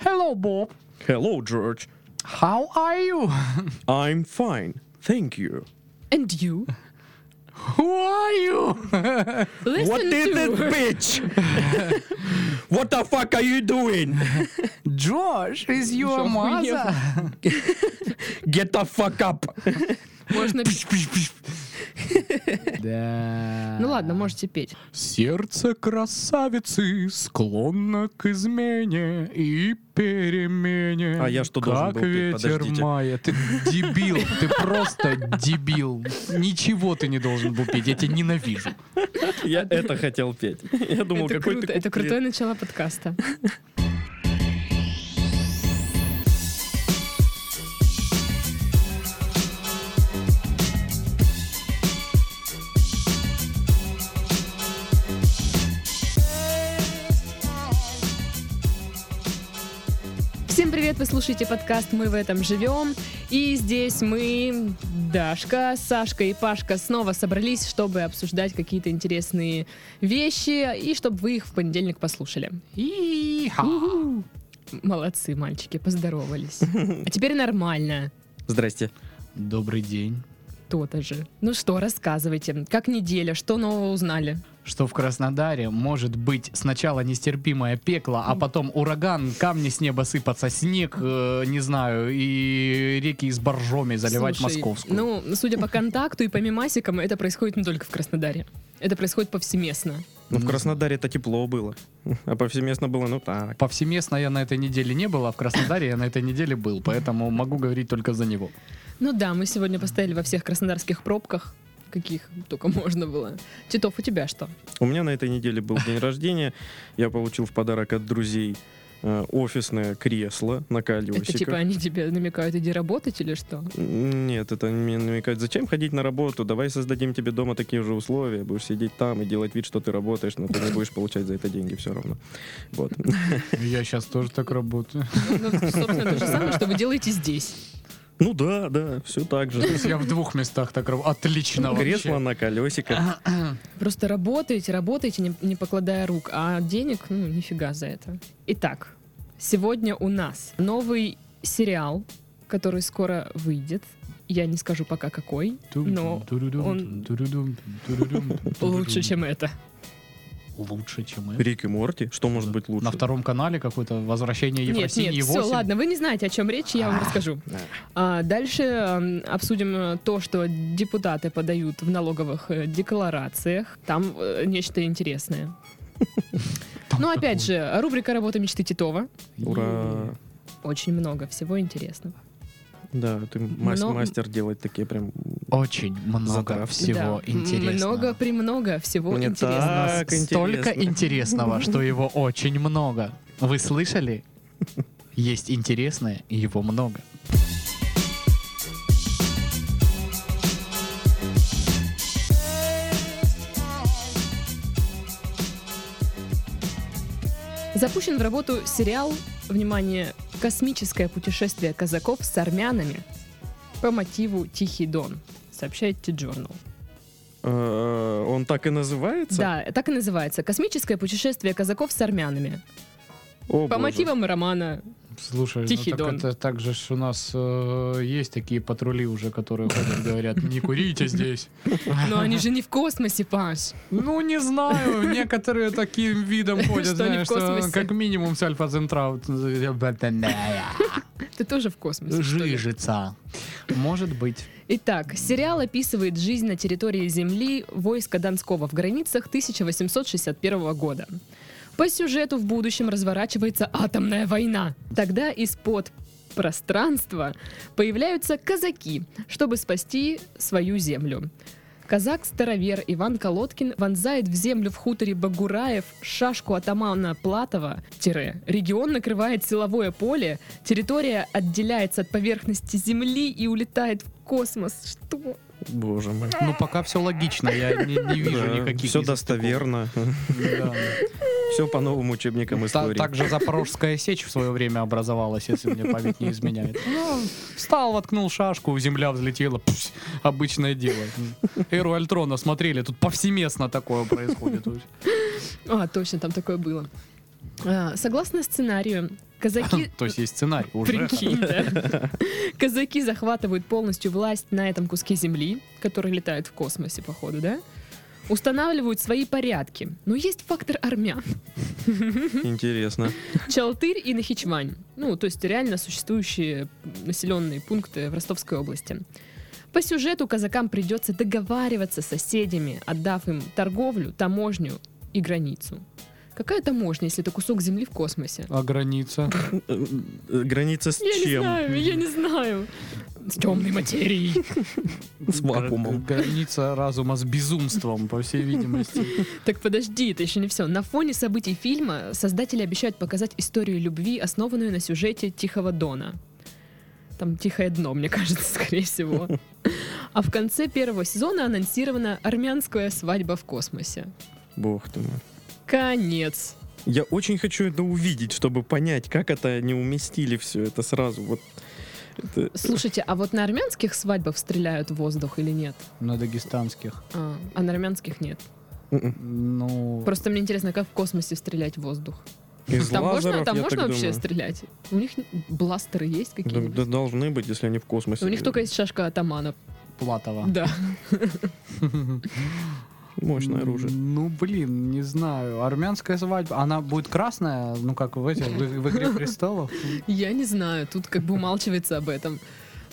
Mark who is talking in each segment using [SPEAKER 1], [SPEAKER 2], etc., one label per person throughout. [SPEAKER 1] Hello, Bob.
[SPEAKER 2] Hello, George.
[SPEAKER 1] How are you?
[SPEAKER 2] I'm fine. Thank you.
[SPEAKER 3] And you?
[SPEAKER 1] Who are you?
[SPEAKER 3] Listen
[SPEAKER 2] What is
[SPEAKER 3] to.
[SPEAKER 2] this bitch? What the fuck are you doing?
[SPEAKER 1] George, is your
[SPEAKER 3] Ещё охуел.
[SPEAKER 1] mother?
[SPEAKER 2] Get the fuck up.
[SPEAKER 3] Можно...
[SPEAKER 1] Да.
[SPEAKER 3] Ну ладно, можете петь.
[SPEAKER 1] Сердце красавицы склонно к измене и перемене.
[SPEAKER 2] А я что должен
[SPEAKER 1] как
[SPEAKER 2] был петь?
[SPEAKER 1] ветер
[SPEAKER 2] Подождите.
[SPEAKER 1] мая. Ты дебил, ты просто дебил. Ничего ты не должен был петь, я тебя ненавижу.
[SPEAKER 2] Я это хотел петь. Я думал,
[SPEAKER 3] это
[SPEAKER 2] какой
[SPEAKER 3] круто,
[SPEAKER 2] ты
[SPEAKER 3] это
[SPEAKER 2] куплет.
[SPEAKER 3] крутое начало подкаста. Всем привет, вы слушаете подкаст «Мы в этом живем». И здесь мы, Дашка, Сашка и Пашка, снова собрались, чтобы обсуждать какие-то интересные вещи и чтобы вы их в понедельник послушали.
[SPEAKER 1] И-ха.
[SPEAKER 3] Молодцы, мальчики, поздоровались. А теперь нормально.
[SPEAKER 2] Здрасте.
[SPEAKER 1] Добрый день.
[SPEAKER 3] То-то же. Ну что, рассказывайте. Как неделя? Что нового узнали?
[SPEAKER 1] что в Краснодаре может быть сначала нестерпимое пекло, а потом ураган, камни с неба сыпаться, снег, э, не знаю, и реки из боржоми заливать
[SPEAKER 3] Слушай,
[SPEAKER 1] московскую.
[SPEAKER 3] Ну, судя по контакту и по мемасикам, это происходит не только в Краснодаре. Это происходит повсеместно.
[SPEAKER 2] Ну, в
[SPEAKER 1] Не
[SPEAKER 2] Краснодаре это тепло было. А повсеместно было, ну так.
[SPEAKER 1] Повсеместно я на этой неделе не был, а в Краснодаре я на этой неделе был, поэтому могу говорить только за него.
[SPEAKER 3] Ну да, мы сегодня постояли во всех краснодарских пробках, каких только можно было. Титов, у тебя что?
[SPEAKER 2] У меня на этой неделе был день рождения. Я получил в подарок от друзей э, офисное кресло на колесиках.
[SPEAKER 3] Это типа они тебе намекают, иди работать или что?
[SPEAKER 2] Нет, это мне намекает. Зачем ходить на работу? Давай создадим тебе дома такие же условия. Будешь сидеть там и делать вид, что ты работаешь, но ты не будешь получать за это деньги все равно. Вот.
[SPEAKER 1] Я сейчас тоже так работаю.
[SPEAKER 3] Ну, собственно, то же самое, что вы делаете здесь.
[SPEAKER 2] Ну да, да, все так же.
[SPEAKER 1] Я в двух местах так работаю. Отлично
[SPEAKER 2] Кресло
[SPEAKER 1] Ну, вообще. А.
[SPEAKER 2] на колесиках.
[SPEAKER 3] Просто работаете, работаете, не, не покладая рук, а денег, ну, нифига за это. Итак, сегодня у нас новый сериал, который скоро выйдет. Я не скажу пока какой, но он- лучше, чем это.
[SPEAKER 1] Лучше, чем это.
[SPEAKER 2] Рик и Морти, что может быть лучше?
[SPEAKER 1] На втором канале какое-то возвращение
[SPEAKER 3] Нет,
[SPEAKER 1] Ефросинии
[SPEAKER 3] нет,
[SPEAKER 1] 8.
[SPEAKER 3] все, ладно, вы не знаете, о чем речь, я вам расскажу.
[SPEAKER 2] Да.
[SPEAKER 3] А дальше м, обсудим э, то, что депутаты подают в налоговых э, декларациях. Там э, нечто интересное.
[SPEAKER 1] Там
[SPEAKER 3] Ну, опять
[SPEAKER 1] такое.
[SPEAKER 3] же, рубрика «Работа мечты Титова».
[SPEAKER 2] Ура.
[SPEAKER 3] Очень много всего интересного.
[SPEAKER 2] Да, ты мас-
[SPEAKER 3] Мно-
[SPEAKER 2] мастер делать такие прям...
[SPEAKER 1] Очень много
[SPEAKER 2] Затравки.
[SPEAKER 1] всего
[SPEAKER 3] Да,
[SPEAKER 1] интересного.
[SPEAKER 3] Много премного всего
[SPEAKER 2] Мне
[SPEAKER 3] интересного.
[SPEAKER 2] так
[SPEAKER 1] Столько
[SPEAKER 2] интересно.
[SPEAKER 1] интересного, что его очень много. Вы слышали? Есть интересное, и его много.
[SPEAKER 3] Запущен в работу сериал, внимание, «Космическое путешествие казаков с армянами» по мотиву «Тихий Дон», сообщает T-Journal.
[SPEAKER 2] Э, Он так и называется?
[SPEAKER 3] Да, так и называется. «Космическое путешествие казаков с армянами».
[SPEAKER 2] О,
[SPEAKER 3] По
[SPEAKER 2] боже.
[SPEAKER 3] романа романа
[SPEAKER 1] Слушай, ну
[SPEAKER 3] Тихий так Дон. это
[SPEAKER 1] так же у нас э, есть такие патрули уже, которые ходят, говорят, не курите здесь.
[SPEAKER 3] Но они же не в космосе, Паш.
[SPEAKER 1] Ну, не знаю, некоторые таким видом ходят,
[SPEAKER 3] Что они
[SPEAKER 1] знаешь,
[SPEAKER 3] в
[SPEAKER 1] что
[SPEAKER 3] космосе?
[SPEAKER 1] как минимум с альфа-центра.
[SPEAKER 3] Ты тоже в космосе. что ли?
[SPEAKER 1] Жижица. Может быть.
[SPEAKER 3] Итак, сериал описывает жизнь на территории Земли войска Донского в границах 1861 года. По сюжету в будущем разворачивается атомная война. Тогда из-под пространства появляются казаки, чтобы спасти свою землю. Казак-старовер Иван Колодкин вонзает в землю в хуторе Багураев шашку атамана Платова, тире, регион накрывает силовое поле, территория отделяется от поверхности земли и улетает в космос. Что?
[SPEAKER 2] Боже мой.
[SPEAKER 1] Ну, пока все логично, я не, не вижу никаких.
[SPEAKER 2] Все
[SPEAKER 1] из-
[SPEAKER 2] достоверно.
[SPEAKER 1] Да.
[SPEAKER 2] Все по новым учебникам
[SPEAKER 1] Та-
[SPEAKER 2] истории.
[SPEAKER 1] Также Запорожская сечь в свое время образовалась, если мне память не изменяет. Ну, встал, воткнул шашку, земля взлетела. Пс, обычное дело. Эру Альтрона смотрели, тут повсеместно такое происходит.
[SPEAKER 3] А, точно, там такое было. А, Согласно сценарию, Казаки...
[SPEAKER 1] То есть есть сценарий уже.
[SPEAKER 3] Прикинь, да. Казаки захватывают полностью власть на этом куске земли, который летает в космосе, походу, да? Устанавливают свои порядки. Но есть фактор армян.
[SPEAKER 2] Интересно.
[SPEAKER 3] Чалтырь и Нахичевань. Ну, то есть реально существующие населенные пункты в Ростовской области. По сюжету казакам придется договариваться с соседями, отдав им торговлю, таможню и границу. Какая таможня, если это кусок земли в космосе?
[SPEAKER 1] А граница?
[SPEAKER 2] Э, э, Граница с
[SPEAKER 3] Я не
[SPEAKER 2] чем?
[SPEAKER 3] знаю, я не знаю. С темной материей.
[SPEAKER 2] С вакуумом.
[SPEAKER 1] Гра- Граница разума с безумством, по всей видимости.
[SPEAKER 3] Так подожди, это еще не все. На фоне событий фильма создатели обещают показать историю любви, основанную на сюжете Тихого Дона. Там тихое дно, мне кажется, скорее всего. А в конце первого сезона анонсирована армянская свадьба в космосе.
[SPEAKER 2] Бог ты мой.
[SPEAKER 3] Конец.
[SPEAKER 2] Я очень хочу это увидеть, чтобы понять, как это не уместили все это сразу. Вот это-
[SPEAKER 3] Слушайте, а вот на армянских свадьбах стреляют в воздух или нет?
[SPEAKER 1] На дагестанских.
[SPEAKER 3] А, а на армянских нет.
[SPEAKER 2] М-м.
[SPEAKER 1] Ну,
[SPEAKER 3] Просто мне интересно, как в космосе стрелять в воздух.
[SPEAKER 2] Из
[SPEAKER 3] Там можно,
[SPEAKER 2] лазеров,
[SPEAKER 3] там
[SPEAKER 2] я
[SPEAKER 3] можно
[SPEAKER 2] так
[SPEAKER 3] вообще
[SPEAKER 2] думаю.
[SPEAKER 3] стрелять? У них бластеры есть
[SPEAKER 2] Да,
[SPEAKER 3] какие-нибудь?
[SPEAKER 2] да должны быть, если они в космосе.
[SPEAKER 3] У них только есть шашка атамана.
[SPEAKER 1] Платова.
[SPEAKER 3] Да.
[SPEAKER 2] Мощное оружие.
[SPEAKER 1] Ну, блин, не знаю. Армянская свадьба, она будет красная, ну, как в, этих, в, в «Игре престолов».
[SPEAKER 3] Я не знаю, тут как бы умалчивается об этом.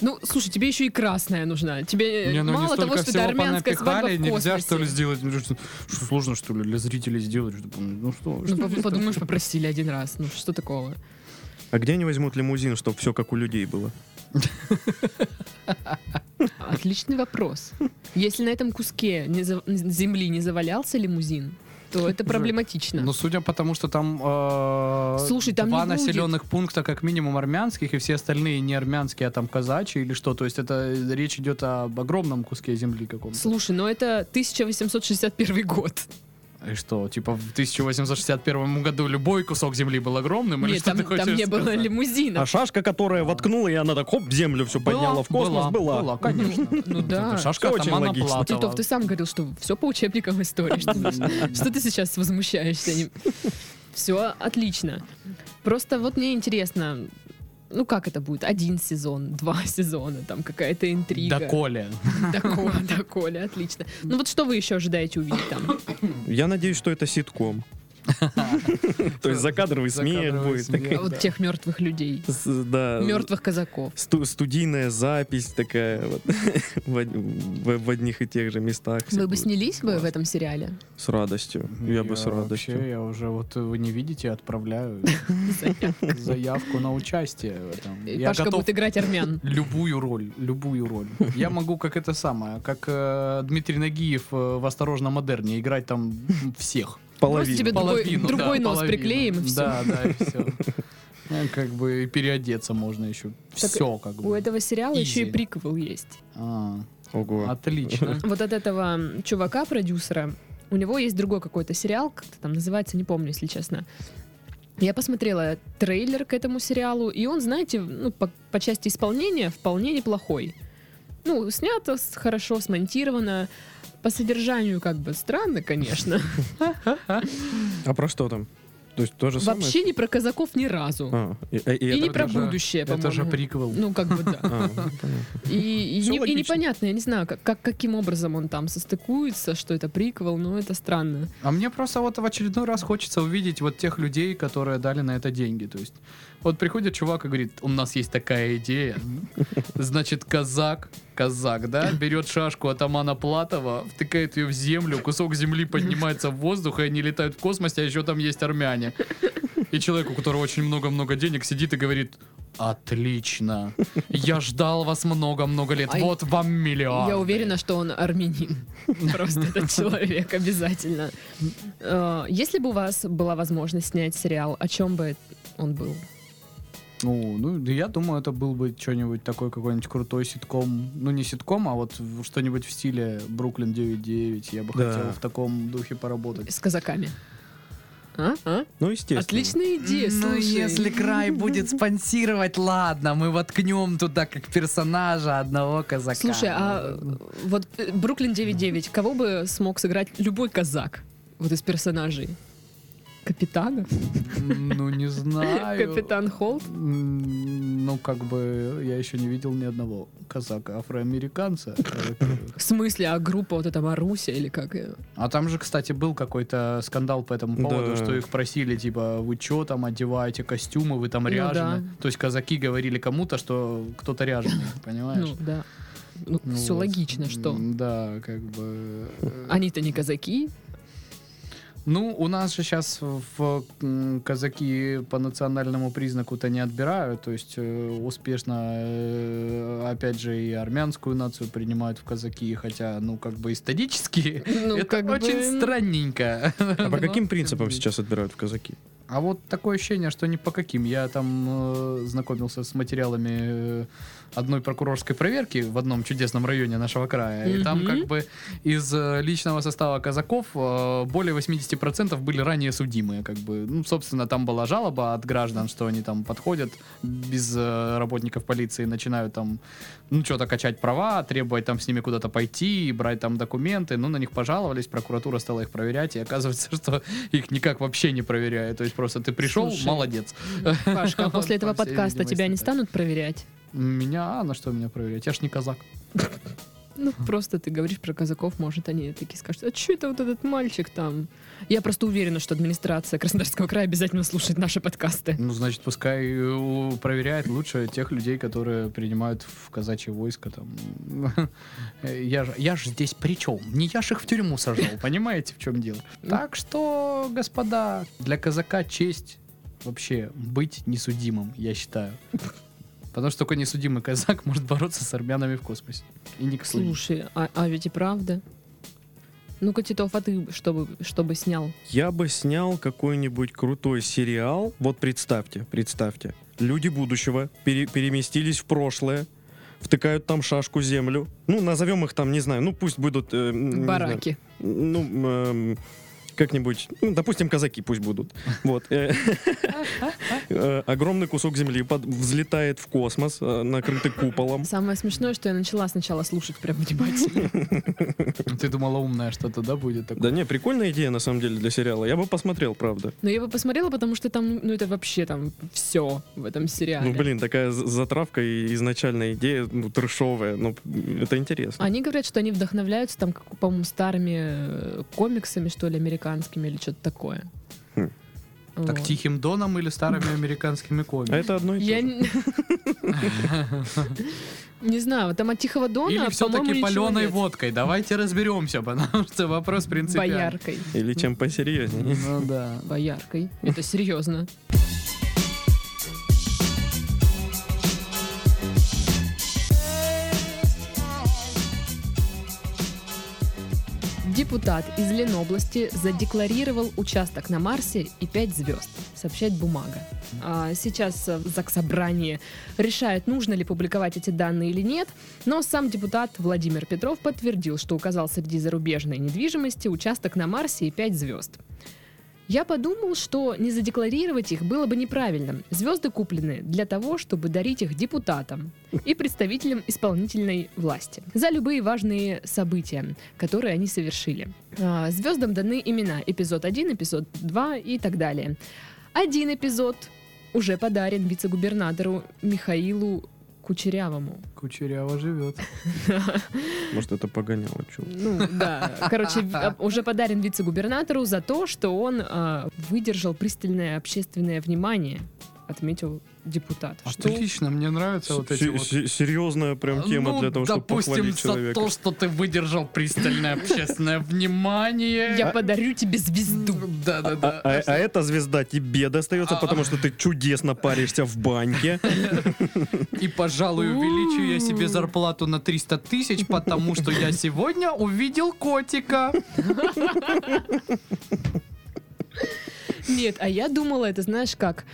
[SPEAKER 3] Ну, слушай, тебе еще и красная нужна. Тебе
[SPEAKER 1] Не, ну, они
[SPEAKER 3] Э, мало
[SPEAKER 1] столько
[SPEAKER 3] того, что это
[SPEAKER 1] всего
[SPEAKER 3] армянская свадьба
[SPEAKER 1] понапихали,
[SPEAKER 3] в
[SPEAKER 1] нельзя, что ли,
[SPEAKER 3] космосе.
[SPEAKER 1] сделать? Ну, Что, что сложно, что ли, для зрителей сделать? чтобы, Ну, что? что
[SPEAKER 3] Ну,
[SPEAKER 1] здесь
[SPEAKER 3] по- подумаешь, попросили один раз. Ну, что такого?
[SPEAKER 2] А где они возьмут лимузин, чтобы все как у людей было?
[SPEAKER 3] Отличный вопрос. Если на этом куске не за- земли не завалялся лимузин, то это проблематично.
[SPEAKER 1] Ну, судя по тому, что там, э,
[SPEAKER 3] Слушай, там
[SPEAKER 1] два
[SPEAKER 3] не будет.
[SPEAKER 1] населенных пункта, как минимум, армянских, и все остальные не армянские, а там казачьи или что. То есть это речь идет об огромном куске земли каком-то.
[SPEAKER 3] Слушай, но это 1861 год.
[SPEAKER 1] И что, типа в 1861 году любой кусок земли был огромным? или
[SPEAKER 3] Нет,
[SPEAKER 1] что
[SPEAKER 3] там,
[SPEAKER 1] ты
[SPEAKER 3] там
[SPEAKER 1] хочешь
[SPEAKER 3] не было
[SPEAKER 1] сказать?
[SPEAKER 2] А
[SPEAKER 3] лимузина.
[SPEAKER 2] шашка, которая воткнула, и она так хоп, землю все подняла в космос, была.
[SPEAKER 1] Была, конечно.
[SPEAKER 3] Ну да.
[SPEAKER 1] Шашка
[SPEAKER 2] Всё очень
[SPEAKER 1] атамана
[SPEAKER 2] логично.
[SPEAKER 1] Платова.
[SPEAKER 3] Титов, А ты сам говорил, что все по учебникам истории. Что за Что ты сейчас возмущаешься? Все отлично. Просто вот мне интересно, ну как это будет? Один сезон, два сезона, там какая-то интрига.
[SPEAKER 1] Да Коля.
[SPEAKER 3] Доколе, доколе, отлично. Ну вот что вы еще ожидаете увидеть там?
[SPEAKER 2] Я надеюсь, что это ситком. То есть закадровый смех
[SPEAKER 1] Закадровый
[SPEAKER 2] будет.
[SPEAKER 1] смех.
[SPEAKER 2] такая.
[SPEAKER 3] Вот
[SPEAKER 1] Да.
[SPEAKER 3] тех мертвых людей,
[SPEAKER 2] С- Да.
[SPEAKER 3] мертвых казаков.
[SPEAKER 2] Сту- студийная запись такая вот в, од- в- в одних и тех же местах. всё
[SPEAKER 3] Вы бы
[SPEAKER 2] будет.
[SPEAKER 3] снялись бы в этом сериале?
[SPEAKER 2] С радостью. Я, бы с радостью.
[SPEAKER 1] вообще, я уже, вот вы не видите, отправляю заявку на участие в этом.
[SPEAKER 3] И
[SPEAKER 1] Я
[SPEAKER 3] Пашка ну
[SPEAKER 1] готов
[SPEAKER 3] будет играть армян.
[SPEAKER 1] любую роль, любую роль. Я могу как это самое, как э, Дмитрий Нагиев э, в «Осторожно, модерне» играть там всех.
[SPEAKER 3] Просто тебе
[SPEAKER 1] Половину,
[SPEAKER 2] Половину.
[SPEAKER 3] другой, другой
[SPEAKER 1] да,
[SPEAKER 3] нос
[SPEAKER 1] половину.
[SPEAKER 3] приклеим и все.
[SPEAKER 1] Да, да, и все. Как бы и переодеться можно еще.
[SPEAKER 3] Так
[SPEAKER 1] Все как бы.
[SPEAKER 3] У этого сериала еще и
[SPEAKER 1] Изи.
[SPEAKER 3] приквел есть.
[SPEAKER 1] А,
[SPEAKER 2] Ого.
[SPEAKER 1] Отлично.
[SPEAKER 3] вот от этого м, чувака, продюсера, у него есть другой какой-то сериал, как-то там называется, не помню, если честно. Я посмотрела трейлер к этому сериалу, и он, знаете, ну, по, по части исполнения вполне неплохой. Ну, снято с- хорошо, смонтировано. По содержанию как бы странно, конечно.
[SPEAKER 2] А про что там? То есть то же самое?
[SPEAKER 3] Вообще не про казаков ни разу.
[SPEAKER 2] А, и- и- и
[SPEAKER 3] И не
[SPEAKER 2] это
[SPEAKER 3] про
[SPEAKER 1] же-
[SPEAKER 3] будущее,
[SPEAKER 1] Это же
[SPEAKER 3] по-моему.
[SPEAKER 1] приквел.
[SPEAKER 3] Ну, как бы да.
[SPEAKER 2] А, понятно.
[SPEAKER 3] И, и
[SPEAKER 2] Всё
[SPEAKER 3] не- и
[SPEAKER 2] логично.
[SPEAKER 3] непонятно, я не знаю, как, как- каким образом он там состыкуется, что это приквел, но это странно.
[SPEAKER 1] А мне просто вот в очередной раз хочется увидеть вот тех людей, которые дали на это деньги. То есть, вот приходит чувак и говорит, у нас есть такая идея. Значит, казак, казак, да, берет шашку атамана Платова, втыкает ее в землю, кусок земли поднимается в воздух, и они летают в космосе, а еще там есть армяне. И человек, у которого очень много-много денег, сидит и говорит, отлично, я ждал вас много-много лет,
[SPEAKER 3] Ай,
[SPEAKER 1] вот вам миллион.
[SPEAKER 3] Я уверена, что он армянин. Просто этот человек обязательно. Э, Если бы у вас была возможность снять сериал, о чем бы он был?
[SPEAKER 1] Ну, ну, да я думаю, это был бы что-нибудь такой какой-нибудь крутой ситком. Ну, не ситком, а вот в- что-нибудь в стиле Бруклин 9.9. Я бы
[SPEAKER 2] Да.
[SPEAKER 1] хотел в таком духе поработать.
[SPEAKER 3] С казаками. А? А?
[SPEAKER 2] Ну, естественно.
[SPEAKER 3] Отличная идея, слушай.
[SPEAKER 1] Ну, край будет спонсировать, ладно, мы воткнем туда как персонажа одного казака.
[SPEAKER 3] Слушай, а э, вот э, Бруклин 9.9, кого бы смог сыграть любой казак? Вот из персонажей. Капитана?
[SPEAKER 1] Ну, не знаю.
[SPEAKER 3] Капитан Холт?
[SPEAKER 1] М, Ну, как бы, я еще не видел ни одного казака афроамериканца.
[SPEAKER 3] В смысле, а группа вот эта Маруся или как? её?
[SPEAKER 1] А там же, кстати, был какой-то скандал по этому поводу,
[SPEAKER 2] Да.
[SPEAKER 1] что их просили, типа, вы чё там одеваете костюмы, вы там
[SPEAKER 3] Ну
[SPEAKER 1] ряжены.
[SPEAKER 3] да.
[SPEAKER 1] То есть казаки говорили кому-то, что кто-то ряженый, понимаешь?
[SPEAKER 3] Ну, да. Ну,
[SPEAKER 1] Ну
[SPEAKER 3] все
[SPEAKER 1] вот.
[SPEAKER 3] логично, что... А
[SPEAKER 1] М, Да, как бы... э,
[SPEAKER 3] Они-то не казаки.
[SPEAKER 1] Ну, у нас же сейчас в м, казаки по национальному признаку-то не отбирают, то есть э, успешно, э, опять же, и армянскую нацию принимают в казаки, хотя, ну, как бы исторически
[SPEAKER 3] Ну,
[SPEAKER 1] это
[SPEAKER 3] как бы,
[SPEAKER 1] очень странненько.
[SPEAKER 2] А по каким принципам
[SPEAKER 1] блин.
[SPEAKER 2] сейчас отбирают в казаки?
[SPEAKER 1] А вот такое ощущение, что ни по каким. Я там э, знакомился с материалами э, одной прокурорской проверки в одном чудесном районе нашего края. И там
[SPEAKER 3] Мгм.
[SPEAKER 1] как бы из э, личного состава казаков э, более 80% были ранее судимые. Как бы. Ну, собственно, там была жалоба от граждан, что они там подходят без э, работников полиции, начинают там ну, что-то качать права, требовать там с ними куда-то пойти, брать там документы. Ну, на них пожаловались, прокуратура стала их проверять, и оказывается, что их никак вообще не проверяют. То есть просто ты пришел,
[SPEAKER 3] Слушай.
[SPEAKER 1] молодец.
[SPEAKER 3] Пашка, а
[SPEAKER 1] Вот,
[SPEAKER 3] после этого
[SPEAKER 1] по всей
[SPEAKER 3] подкаста тебя не
[SPEAKER 1] видимости, да.
[SPEAKER 3] станут проверять?
[SPEAKER 1] Меня, а на что меня проверять? Я ж не казак.
[SPEAKER 3] Ну, просто ты говоришь про казаков, может, они такие скажут, а что это вот этот мальчик там? Я просто уверена, что администрация Краснодарского края обязательно слушает наши подкасты.
[SPEAKER 1] Ну, значит, пускай э, проверяет лучше тех людей, которые принимают в казачье войско. Там. Э, Я же я ж здесь при чем? Не я ж их в тюрьму сажал, понимаете, в чем дело? Так что, господа, для казака честь вообще быть несудимым, я считаю. Потому что только несудимый казак может бороться с армянами в космосе. И не
[SPEAKER 3] Слушай, а, а ведь и правда. Ну-ка, Титов, а ты чтобы, чтобы снял?
[SPEAKER 2] Я бы снял какой-нибудь крутой сериал. Вот представьте, представьте. Люди будущего пере- переместились в прошлое, втыкают там шашку землю. Ну, назовем их там, не знаю, ну пусть будут... э, м, не знаю,
[SPEAKER 3] Бараки.
[SPEAKER 2] ну, эм, как-нибудь, ну, допустим, казаки пусть будут. Вот. э, э, Огромный кусок земли под- взлетает в космос, э, накрытый куполом.
[SPEAKER 3] Самое смешное, что я начала сначала слушать прям внимательно.
[SPEAKER 1] Ты думала, умное что-то, да, будет такое?
[SPEAKER 2] Да не, прикольная идея, на самом деле, для сериала. Я бы посмотрел, правда.
[SPEAKER 3] Но я бы посмотрела, потому что там, ну это вообще там все в этом сериале.
[SPEAKER 2] Ну, блин, такая з- затравка и изначальная идея, ну, трешовая. Ну, это интересно.
[SPEAKER 3] Они говорят, что они вдохновляются там, как, по-моему, старыми э, комиксами, что ли, американскими или что-то такое.
[SPEAKER 2] Хм.
[SPEAKER 3] Вот.
[SPEAKER 1] Так тихим доном или старыми американскими
[SPEAKER 2] А
[SPEAKER 1] комиками?
[SPEAKER 2] это одно и то
[SPEAKER 3] Я
[SPEAKER 2] же.
[SPEAKER 3] не не знаю, вот там от Тихого Дона, а,
[SPEAKER 1] Или все-таки
[SPEAKER 3] Ну по-моему, ничего
[SPEAKER 1] паленой
[SPEAKER 3] нет.
[SPEAKER 1] водкой. Давайте разберемся, потому что вопрос принципиальный.
[SPEAKER 3] Бояркой.
[SPEAKER 2] Или чем посерьезнее.
[SPEAKER 1] Ну да.
[SPEAKER 3] Бояркой. Это серьезно. Депутат из Ленобласти задекларировал участок на Марсе и 5 звезд, сообщает бумага. А, Сейчас э, Заксобрание решает, нужно ли публиковать эти данные или нет, но сам депутат Владимир Петров подтвердил, что указал среди зарубежной недвижимости участок на Марсе и 5 звезд. Я подумал, что не задекларировать их было бы неправильно. Звезды куплены для того, чтобы дарить их депутатам и представителям исполнительной власти за любые важные события, которые они совершили. А, Звездам даны имена эпизод 1, эпизод 2 и так далее. Один эпизод уже подарен вице-губернатору Михаилу Кучерявому.
[SPEAKER 1] Кучерява живет.
[SPEAKER 2] Может, это погоняло чудо.
[SPEAKER 3] Ну, да. Короче, в- а, уже подарен вице-губернатору за то, что он а, выдержал пристальное общественное внимание, отметил депутат.
[SPEAKER 1] А Отлично, мне нравятся вот эти вот.
[SPEAKER 2] Серьезная прям тема
[SPEAKER 1] Ну,
[SPEAKER 2] для того, чтобы
[SPEAKER 1] допустим,
[SPEAKER 2] похвалить
[SPEAKER 1] за
[SPEAKER 2] человека.
[SPEAKER 1] то, что ты выдержал пристальное общественное внимание.
[SPEAKER 3] Я подарю тебе звезду.
[SPEAKER 1] Да, да,
[SPEAKER 2] А, а- а
[SPEAKER 1] да.
[SPEAKER 2] эта звезда тебе достается,
[SPEAKER 1] А-
[SPEAKER 2] потому что ты чудесно паришься в баньке. а?
[SPEAKER 1] И, пожалуй, увеличу я себе зарплату на 300 тысяч, потому что я сегодня увидел котика.
[SPEAKER 3] Нет, а я думала, это знаешь как,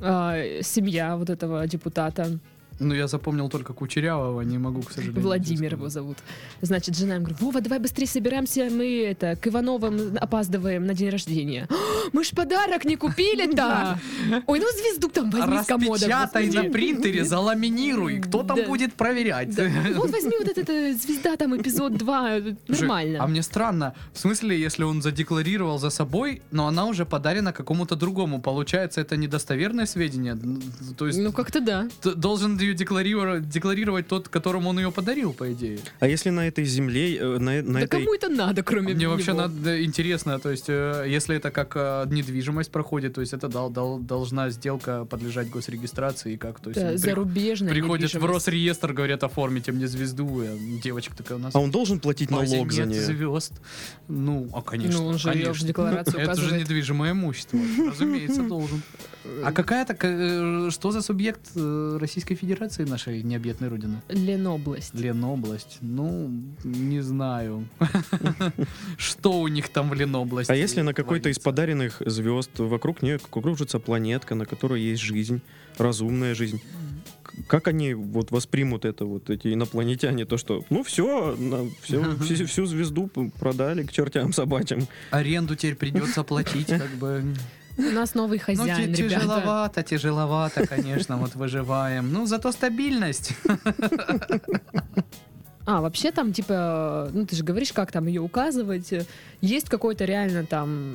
[SPEAKER 3] а, семья вот этого депутата
[SPEAKER 1] Ну, я запомнил только Кучерявого, не могу, к сожалению.
[SPEAKER 3] Владимир его зовут. Значит, жена ему говорит, Вова, давай быстрее собираемся, мы это, к Ивановым опаздываем на день рождения. «А, Мы ж подарок не купили-то! Ой, ну звезду там возьми с комода.
[SPEAKER 1] Распечатай на
[SPEAKER 3] господи.
[SPEAKER 1] принтере, заламинируй. Кто там
[SPEAKER 3] Да.
[SPEAKER 1] будет проверять?
[SPEAKER 3] Да. Ну, Вот возьми вот этот э, звезда там эпизод 2,
[SPEAKER 1] Слушай, А
[SPEAKER 3] нормально.
[SPEAKER 1] мне странно, в смысле, если он задекларировал за собой, но она уже подарена какому-то другому. Получается, это недостоверное сведение. Н- То есть
[SPEAKER 3] Ну как-то да.
[SPEAKER 1] т- должен ее декларировать, декларировать тот, которому он ее подарил, по идее.
[SPEAKER 2] А если на этой земле, э, на, э- на
[SPEAKER 3] Да
[SPEAKER 2] этой...
[SPEAKER 3] кому это надо, кроме
[SPEAKER 1] А Мне
[SPEAKER 3] него?
[SPEAKER 1] вообще надо интересно, то есть, э, если это как э, недвижимость проходит, то есть это дол- дол- должна сделка подлежать госрегистрации, и как, то есть
[SPEAKER 3] Да,
[SPEAKER 1] при-
[SPEAKER 3] зарубежная
[SPEAKER 1] приходят в
[SPEAKER 3] недвижимость.
[SPEAKER 1] Росреестр, говорят, оформите мне звезду, э, девочка такая у нас.
[SPEAKER 2] А он должен платить
[SPEAKER 1] «В базе
[SPEAKER 2] налог за
[SPEAKER 1] нет
[SPEAKER 2] нее?
[SPEAKER 1] звезд. Ну, а конечно.
[SPEAKER 3] Ну, он же её
[SPEAKER 1] конечно.
[SPEAKER 3] в декларацию
[SPEAKER 1] Это же
[SPEAKER 3] указывает.
[SPEAKER 1] недвижимое имущество. Разумеется, должен.
[SPEAKER 2] Э,
[SPEAKER 1] А какая то что за субъект э, Российской Федерации нашей необъятной родины?
[SPEAKER 3] Ленобласть.
[SPEAKER 1] Ленобласть. Ну, не знаю. Что у них там в Ленобласти?
[SPEAKER 2] А если на какой-то из
[SPEAKER 1] творится?
[SPEAKER 2] подаренных звезд вокруг нее кружится планетка, на которой есть жизнь, разумная жизнь? К- Как они вот воспримут это, вот эти инопланетяне, то что, ну все, всю, всю звезду п- продали к чертям собачьим.
[SPEAKER 1] Аренду теперь придется платить, как бы.
[SPEAKER 3] У нас новый
[SPEAKER 1] Ну,
[SPEAKER 3] хозяин,
[SPEAKER 1] те-
[SPEAKER 3] ребята.
[SPEAKER 1] тяжеловато, тяжеловато, конечно, вот выживаем. Ну, зато стабильность.
[SPEAKER 3] А, вообще там, типа, ну ты же говоришь, как там ее указывать. Есть какой-то реально там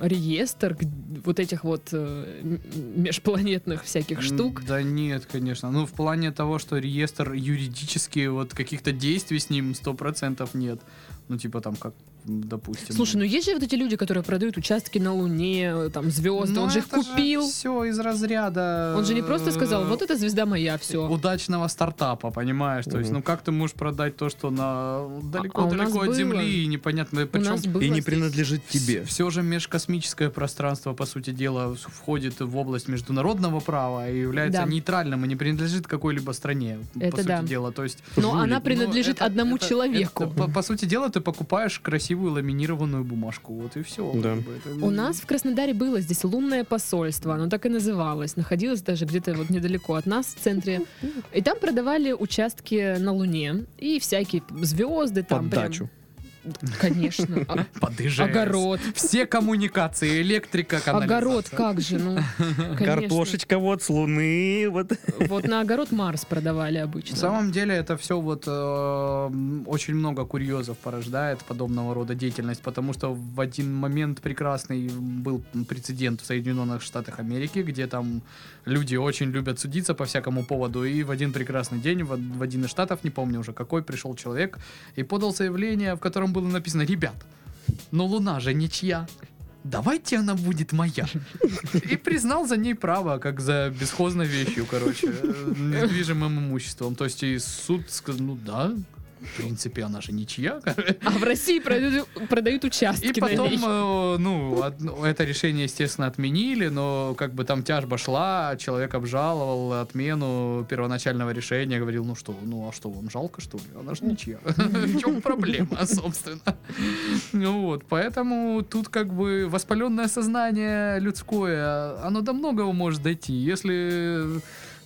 [SPEAKER 3] реестр г- вот этих вот э, м- межпланетных всяких
[SPEAKER 1] М,
[SPEAKER 3] штук.
[SPEAKER 1] Да нет, конечно. Ну, в плане того, что реестр юридически, вот каких-то действий с ним 100% нет. Ну, типа там, как, м, допустим...
[SPEAKER 3] Слушай, ну есть же вот эти люди, которые продают участки на Луне, э, там звезды,
[SPEAKER 1] Ну,
[SPEAKER 3] он же их купил.
[SPEAKER 1] все из разряда...
[SPEAKER 3] Он же не просто сказал,
[SPEAKER 1] э,
[SPEAKER 3] вот эта звезда моя, все.
[SPEAKER 1] удачного стартапа, понимаешь? То есть,
[SPEAKER 2] Мгм.
[SPEAKER 1] ну как ты можешь продать то, что на
[SPEAKER 3] а у нас
[SPEAKER 1] далеко-далеко от
[SPEAKER 3] было.
[SPEAKER 1] Земли и непонятно,
[SPEAKER 3] У
[SPEAKER 1] причем
[SPEAKER 3] нас было
[SPEAKER 2] И не
[SPEAKER 3] здесь-
[SPEAKER 2] принадлежит тебе.
[SPEAKER 1] Все же межкосмическое пространство, по сути дела, с- входит в область международного права и является
[SPEAKER 3] Да.
[SPEAKER 1] нейтральным и не принадлежит какой-либо стране,
[SPEAKER 3] Это
[SPEAKER 1] по сути
[SPEAKER 3] да.
[SPEAKER 1] дела. То есть,
[SPEAKER 3] Но
[SPEAKER 2] Жулик.
[SPEAKER 3] она
[SPEAKER 2] Ну,
[SPEAKER 3] принадлежит
[SPEAKER 1] ну, это-
[SPEAKER 3] одному
[SPEAKER 1] это-
[SPEAKER 3] человеку.
[SPEAKER 1] это по, по сути дела, ты покупаешь красивую ламинированную бумажку. Вот и все.
[SPEAKER 2] Да.
[SPEAKER 3] У нас в Краснодаре было здесь лунное посольство, оно так и называлось, находилось даже где-то вот недалеко от нас в центре, и там продавали участки на Луне и всякие звезды
[SPEAKER 2] Под
[SPEAKER 3] там, прям.
[SPEAKER 2] дачу.
[SPEAKER 3] конечно, А- огород,
[SPEAKER 1] Все коммуникации, электрика, канализация.
[SPEAKER 3] огород, как же, ну, конечно.
[SPEAKER 2] Картошечка вот с луны, вот.
[SPEAKER 3] Вот на огород Марс продавали обычно.
[SPEAKER 1] На самом деле это все вот э, м, очень много курьезов порождает подобного рода деятельность, потому что в один момент прекрасный был прецедент в Соединенных Штатах Америки, где там люди очень любят судиться по всякому поводу, и в один прекрасный день в, од- в один из штатов, не помню уже какой, пришел человек и подал заявление, в котором было написано «Ребят, но луна же ничья». Давайте она будет моя. И признал за ней право, как за бесхозной вещью, короче, э, недвижимым имуществом. То есть и суд сказал, ну да, в принципе, она же ничья. короче.
[SPEAKER 3] А в России продают, продают участки.
[SPEAKER 1] И
[SPEAKER 3] на
[SPEAKER 1] потом,
[SPEAKER 3] ней.
[SPEAKER 1] э, ну, одно- это решение, естественно, отменили, но как бы там тяжба шла, человек обжаловал отмену первоначального решения, говорил, ну что, ну а что, вам жалко, что ли? Она же ничья. В чем проблема, собственно? Ну вот, поэтому тут как бы воспаленное сознание людское, оно до многого может дойти. Если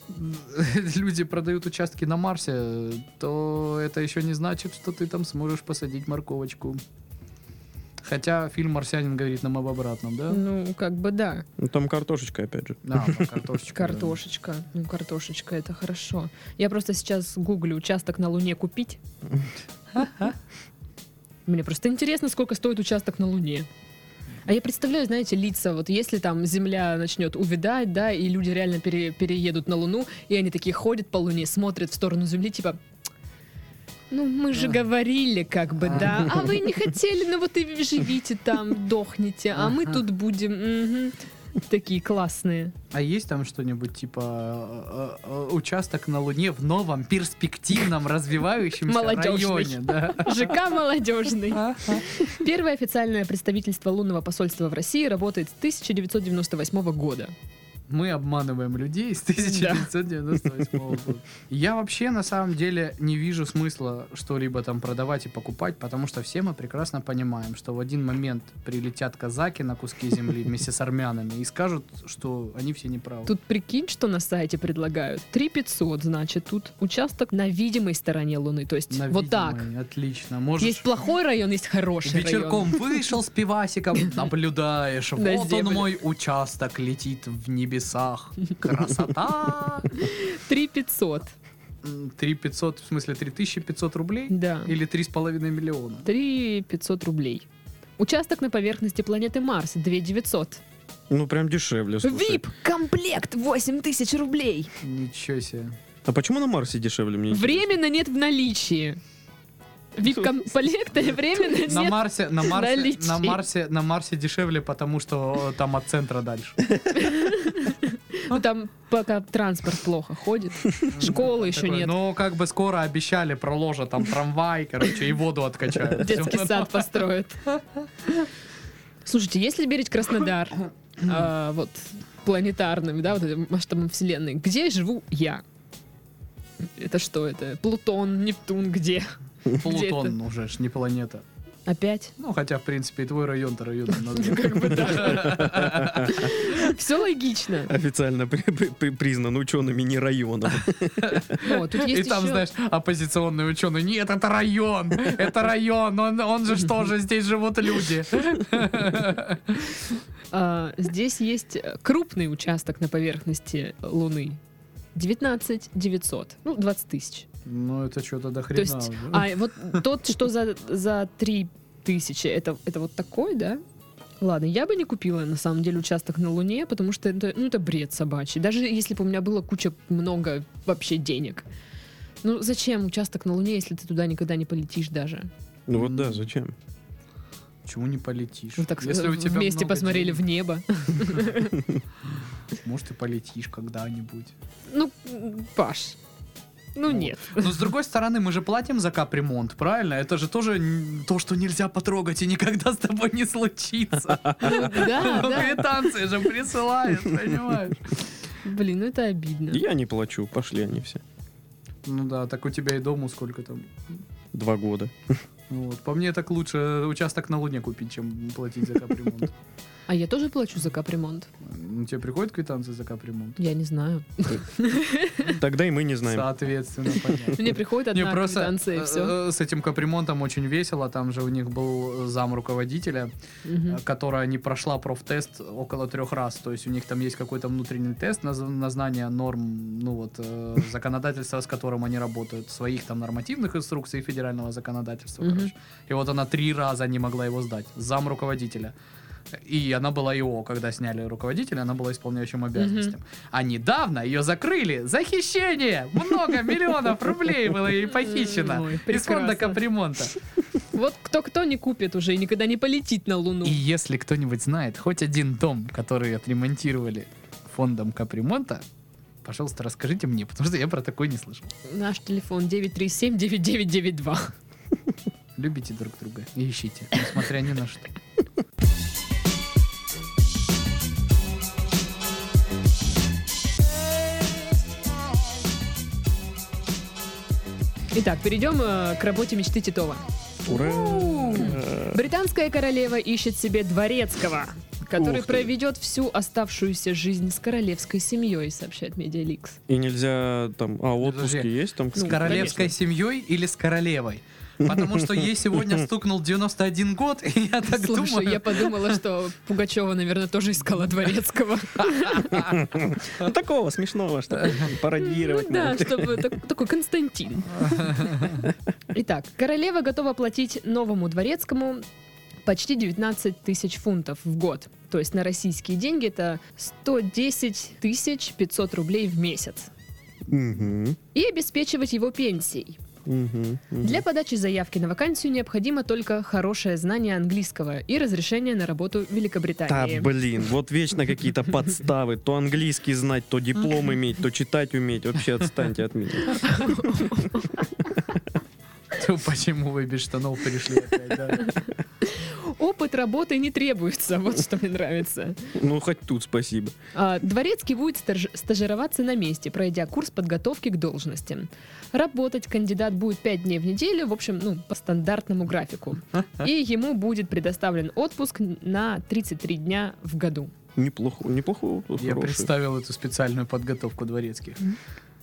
[SPEAKER 1] люди продают участки на Марсе, то это еще не значит, что ты там сможешь посадить морковочку. Хотя фильм «Марсианин» говорит нам об обратном, да?
[SPEAKER 3] Ну, как бы да.
[SPEAKER 2] Ну там картошечка опять же.
[SPEAKER 1] Да, про картошечку.
[SPEAKER 3] Картошечка. Ну, картошечка, это хорошо. Я просто сейчас гуглю участок на Луне купить. Мне просто интересно, сколько стоит участок на Луне. А я представляю, знаете, лица, вот если там Земля начнет увидать, да, и люди реально пере- переедут на Луну, и они такие ходят по Луне, смотрят в сторону Земли, типа, ну мы же
[SPEAKER 1] А.
[SPEAKER 3] говорили, как бы, да, а вы не хотели, ну вот и живите там, дохните, а мы
[SPEAKER 1] Ага.
[SPEAKER 3] тут будем, мгм». такие классные.
[SPEAKER 1] А есть там что-нибудь типа э, э, участок на Луне в новом перспективном развивающемся
[SPEAKER 3] Молодежный.
[SPEAKER 1] районе? Да.
[SPEAKER 3] ЖК молодежный.
[SPEAKER 1] Ага.
[SPEAKER 3] Первое официальное представительство лунного посольства в России работает с 1998 года.
[SPEAKER 1] Мы обманываем людей с 1998 года. Я вообще на самом деле не вижу смысла что-либо там продавать и покупать, потому что все мы прекрасно понимаем, что в один момент прилетят казаки на куски земли вместе с армянами и скажут, что они все неправы.
[SPEAKER 3] Тут прикинь, что на сайте предлагают. 3500, значит, тут участок на видимой стороне Луны. То есть
[SPEAKER 1] На
[SPEAKER 3] вот так.
[SPEAKER 1] видимой. Отлично. Можешь
[SPEAKER 3] Есть плохой район, есть хороший район.
[SPEAKER 1] Вечерком вышел с пивасиком, наблюдаешь.
[SPEAKER 3] На
[SPEAKER 1] Вот он
[SPEAKER 3] землю. мой
[SPEAKER 1] мой участок летит в небесах.
[SPEAKER 3] А.
[SPEAKER 1] Красота!
[SPEAKER 3] 3500.
[SPEAKER 1] 3500, в смысле 3500 рублей?
[SPEAKER 3] Да.
[SPEAKER 1] Или 3,5 миллиона?
[SPEAKER 3] 3500 рублей. Участок на поверхности планеты Марс 2900.
[SPEAKER 2] Ну, прям дешевле, слушай.
[SPEAKER 3] VIP комплект 8000 рублей.
[SPEAKER 1] Ничего себе.
[SPEAKER 2] А почему на Марсе дешевле мне? интересно?
[SPEAKER 3] Временно нет в наличии. VIP комплекта временно
[SPEAKER 1] На
[SPEAKER 3] нет.
[SPEAKER 1] Марсе, на Марсе,
[SPEAKER 3] наличий.
[SPEAKER 1] на Марсе, на Марсе дешевле, потому что э, там от центра дальше.
[SPEAKER 3] Ну, Там пока транспорт плохо ходит. Школы еще
[SPEAKER 1] Такой,
[SPEAKER 3] нет.
[SPEAKER 1] Ну, как бы скоро обещали, проложат там трамвай, короче, и воду откачают.
[SPEAKER 3] Детский
[SPEAKER 1] Всё.
[SPEAKER 3] сад построят. Слушайте, если беречь Краснодар, а, вот планетарным, да, вот этим масштабом Вселенной, где живу я? Это что это? Плутон, Нептун, где?
[SPEAKER 1] Ну, Плутон уже, ж не планета.
[SPEAKER 3] Опять?
[SPEAKER 1] Ну, хотя, в принципе, и твой район-то район.
[SPEAKER 3] Все логично.
[SPEAKER 2] Официально при- при- при- признан учеными не районом.
[SPEAKER 3] О, тут
[SPEAKER 1] И
[SPEAKER 3] есть
[SPEAKER 1] там,
[SPEAKER 3] еще-
[SPEAKER 1] знаешь, оппозиционные ученые. Нет, это район, это район, он, он же что же, здесь живут люди.
[SPEAKER 3] а, здесь есть э, крупный участок на поверхности Луны. 19 900, ну, 20 тысяч.
[SPEAKER 1] Ну, это что-то до
[SPEAKER 3] То есть,
[SPEAKER 1] Ну.
[SPEAKER 3] а вот тот, что за, за 3 тысячи, это, это вот такой, да? Ладно, я бы не купила, на самом деле, участок на Луне, потому что это, ну, это бред собачий. Даже если бы у меня было куча много вообще денег. Ну, зачем участок на Луне, если ты туда никогда не полетишь даже?
[SPEAKER 2] Ну вот да, зачем?
[SPEAKER 1] Почему не полетишь?
[SPEAKER 3] Ну, так
[SPEAKER 1] Если у тебя
[SPEAKER 3] вместе
[SPEAKER 1] много
[SPEAKER 3] посмотрели
[SPEAKER 1] денег,
[SPEAKER 3] в небо.
[SPEAKER 1] Может, и полетишь когда-нибудь.
[SPEAKER 3] Ну, Паш, ну нет.
[SPEAKER 1] Но с другой стороны, мы же платим за капремонт, правильно? Это же тоже н- то, что нельзя потрогать и никогда с тобой не случится.
[SPEAKER 3] Да, да.
[SPEAKER 1] Квитанции же присылают, понимаешь?
[SPEAKER 3] Блин, ну это обидно.
[SPEAKER 2] Я не плачу, пошли они все.
[SPEAKER 1] Ну да, так у тебя и дому сколько там.
[SPEAKER 2] Два года.
[SPEAKER 1] Вот. По мне так лучше участок на Луне купить, чем платить за капремонт.
[SPEAKER 3] А я тоже плачу за капремонт.
[SPEAKER 1] Ну, тебе приходят квитанции за капремонт?
[SPEAKER 3] Я не знаю.
[SPEAKER 2] Тогда и мы не знаем.
[SPEAKER 1] Соответственно, понятно.
[SPEAKER 3] Мне приходит
[SPEAKER 1] Не,
[SPEAKER 3] одна
[SPEAKER 1] просто
[SPEAKER 3] квитанция, и
[SPEAKER 1] э,
[SPEAKER 3] все.
[SPEAKER 1] э, с этим капремонтом очень весело. Там же у них был э, зам руководителя, э, которая не прошла профтест около трех раз. То есть у них там есть какой-то внутренний тест на, з- на знание норм, ну вот, э, законодательства, с которым они работают, своих там нормативных инструкций и федерального законодательства,
[SPEAKER 3] Мгм.
[SPEAKER 1] короче. И вот она три раза не могла его сдать. Зам руководителя. И она была ИО, когда сняли руководителя, она была исполняющим обязанностям. А недавно ее закрыли за хищение! Много миллионов рублей было ей похищено.
[SPEAKER 3] Ой,
[SPEAKER 1] Из фонда
[SPEAKER 3] прекрасно.
[SPEAKER 1] капремонта.
[SPEAKER 3] Вот кто-кто не купит уже и никогда не полетит на Луну.
[SPEAKER 1] И если кто-нибудь знает хоть один дом, который отремонтировали фондом капремонта, пожалуйста, расскажите мне, потому что я про такой не слышал.
[SPEAKER 3] Наш телефон 937-9992.
[SPEAKER 1] Любите друг друга и ищите, несмотря ни на что.
[SPEAKER 3] Итак, перейдем э, к работе мечты Титова.
[SPEAKER 2] Ура!
[SPEAKER 3] Британская королева ищет себе дворецкого, который
[SPEAKER 2] Ух ты.
[SPEAKER 3] проведет всю оставшуюся жизнь с королевской семьей, сообщает Медиаликс.
[SPEAKER 2] И нельзя там... А, отпуски
[SPEAKER 1] Подожди.
[SPEAKER 2] есть там?
[SPEAKER 1] С
[SPEAKER 3] Ну,
[SPEAKER 1] королевской семьей или с королевой? Потому что ей сегодня стукнул 91 год, и я так
[SPEAKER 3] Слушай,
[SPEAKER 1] думаю.
[SPEAKER 3] я подумала, что Пугачева, наверное, тоже искала дворецкого.
[SPEAKER 2] Ну, Такого смешного, чтобы пародировать.
[SPEAKER 3] Ну да,
[SPEAKER 2] надо.
[SPEAKER 3] чтобы так- такой Константин. Итак, королева готова платить новому дворецкому почти 19 тысяч фунтов в год. То есть на российские деньги это 110 тысяч 500 рублей в месяц.
[SPEAKER 2] Мгм,
[SPEAKER 3] И обеспечивать его пенсией.
[SPEAKER 2] мгм, мгм.
[SPEAKER 3] Для подачи заявки на вакансию необходимо только хорошее знание английского и разрешение на работу в
[SPEAKER 2] Да
[SPEAKER 3] Великобритании.
[SPEAKER 2] блин, вот вечно какие-то подставы. То английский знать, то диплом иметь, то читать уметь. Вообще отстаньте от меня.
[SPEAKER 1] Почему вы без штанов пришли опять, да?
[SPEAKER 3] Опыт работы не требуется, вот что мне нравится.
[SPEAKER 2] Ну, хоть тут спасибо.
[SPEAKER 3] А, Дворецкий будет стаж- стажироваться на месте, пройдя курс подготовки к должности. Работать кандидат будет 5 дней в неделю, в общем, ну, по стандартному графику. И ему будет предоставлен отпуск на 33 дня в году.
[SPEAKER 2] Неплохо, неплохо.
[SPEAKER 1] Я
[SPEAKER 2] хороший.
[SPEAKER 1] представил эту специальную подготовку дворецких.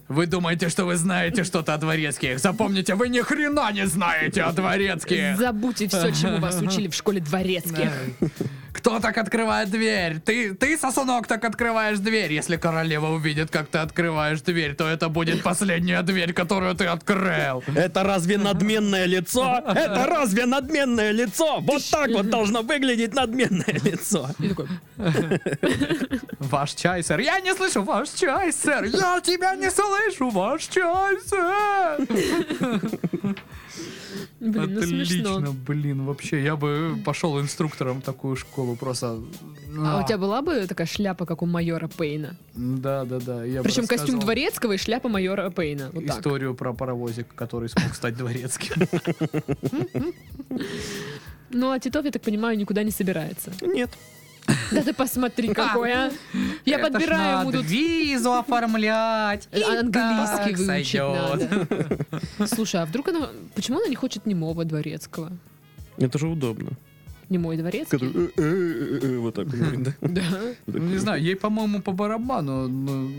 [SPEAKER 1] Вы думаете, что вы знаете что-то о дворецких? Запомните, вы ни хрена не знаете о дворецких!
[SPEAKER 3] Забудьте все, чему вас учили в школе дворецких.
[SPEAKER 1] Да. Кто так открывает дверь? Ты, ты, сосунок, так открываешь дверь. Если королева увидит, как ты открываешь дверь, то это будет последняя дверь, которую ты открыл.
[SPEAKER 2] Это разве надменное лицо? Это разве надменное лицо? Вот так вот должно выглядеть надменное лицо.
[SPEAKER 3] И такой,
[SPEAKER 1] Ваш чай, сэр. Я не слышу ваш чай, сэр. Я тебя не слышу, ваш чай, сэр.
[SPEAKER 3] Блин, ну
[SPEAKER 1] Отлично,
[SPEAKER 3] смешно.
[SPEAKER 1] блин, вообще. Я бы пошел инструктором в такую школу просто.
[SPEAKER 3] А у тебя была бы такая шляпа, как у майора Пейна?
[SPEAKER 1] Да, да, да. я бы
[SPEAKER 3] Причем костюм
[SPEAKER 1] рассказывал
[SPEAKER 3] дворецкого и шляпа майора Пейна. Вот так.
[SPEAKER 1] Историю про паровозик, который смог стать дворецким.
[SPEAKER 3] Ну, а Титов, я так понимаю, никуда не собирается.
[SPEAKER 2] Нет.
[SPEAKER 3] Да ты посмотри, какой, а! Я
[SPEAKER 1] Это ж
[SPEAKER 3] подбираю ему
[SPEAKER 1] надо
[SPEAKER 3] тут
[SPEAKER 1] визу оформлять. И
[SPEAKER 3] А Английский
[SPEAKER 1] так
[SPEAKER 3] выучить
[SPEAKER 1] сойдет.
[SPEAKER 3] надо. Слушай, а вдруг она... Почему она не хочет немого дворецкого?
[SPEAKER 2] Это же удобно.
[SPEAKER 3] Немой дворецкий?
[SPEAKER 2] Который, э, э, э, э, Вот так. говорит, да?
[SPEAKER 3] Да.
[SPEAKER 1] Не знаю, ей, по-моему, по барабану. Ну,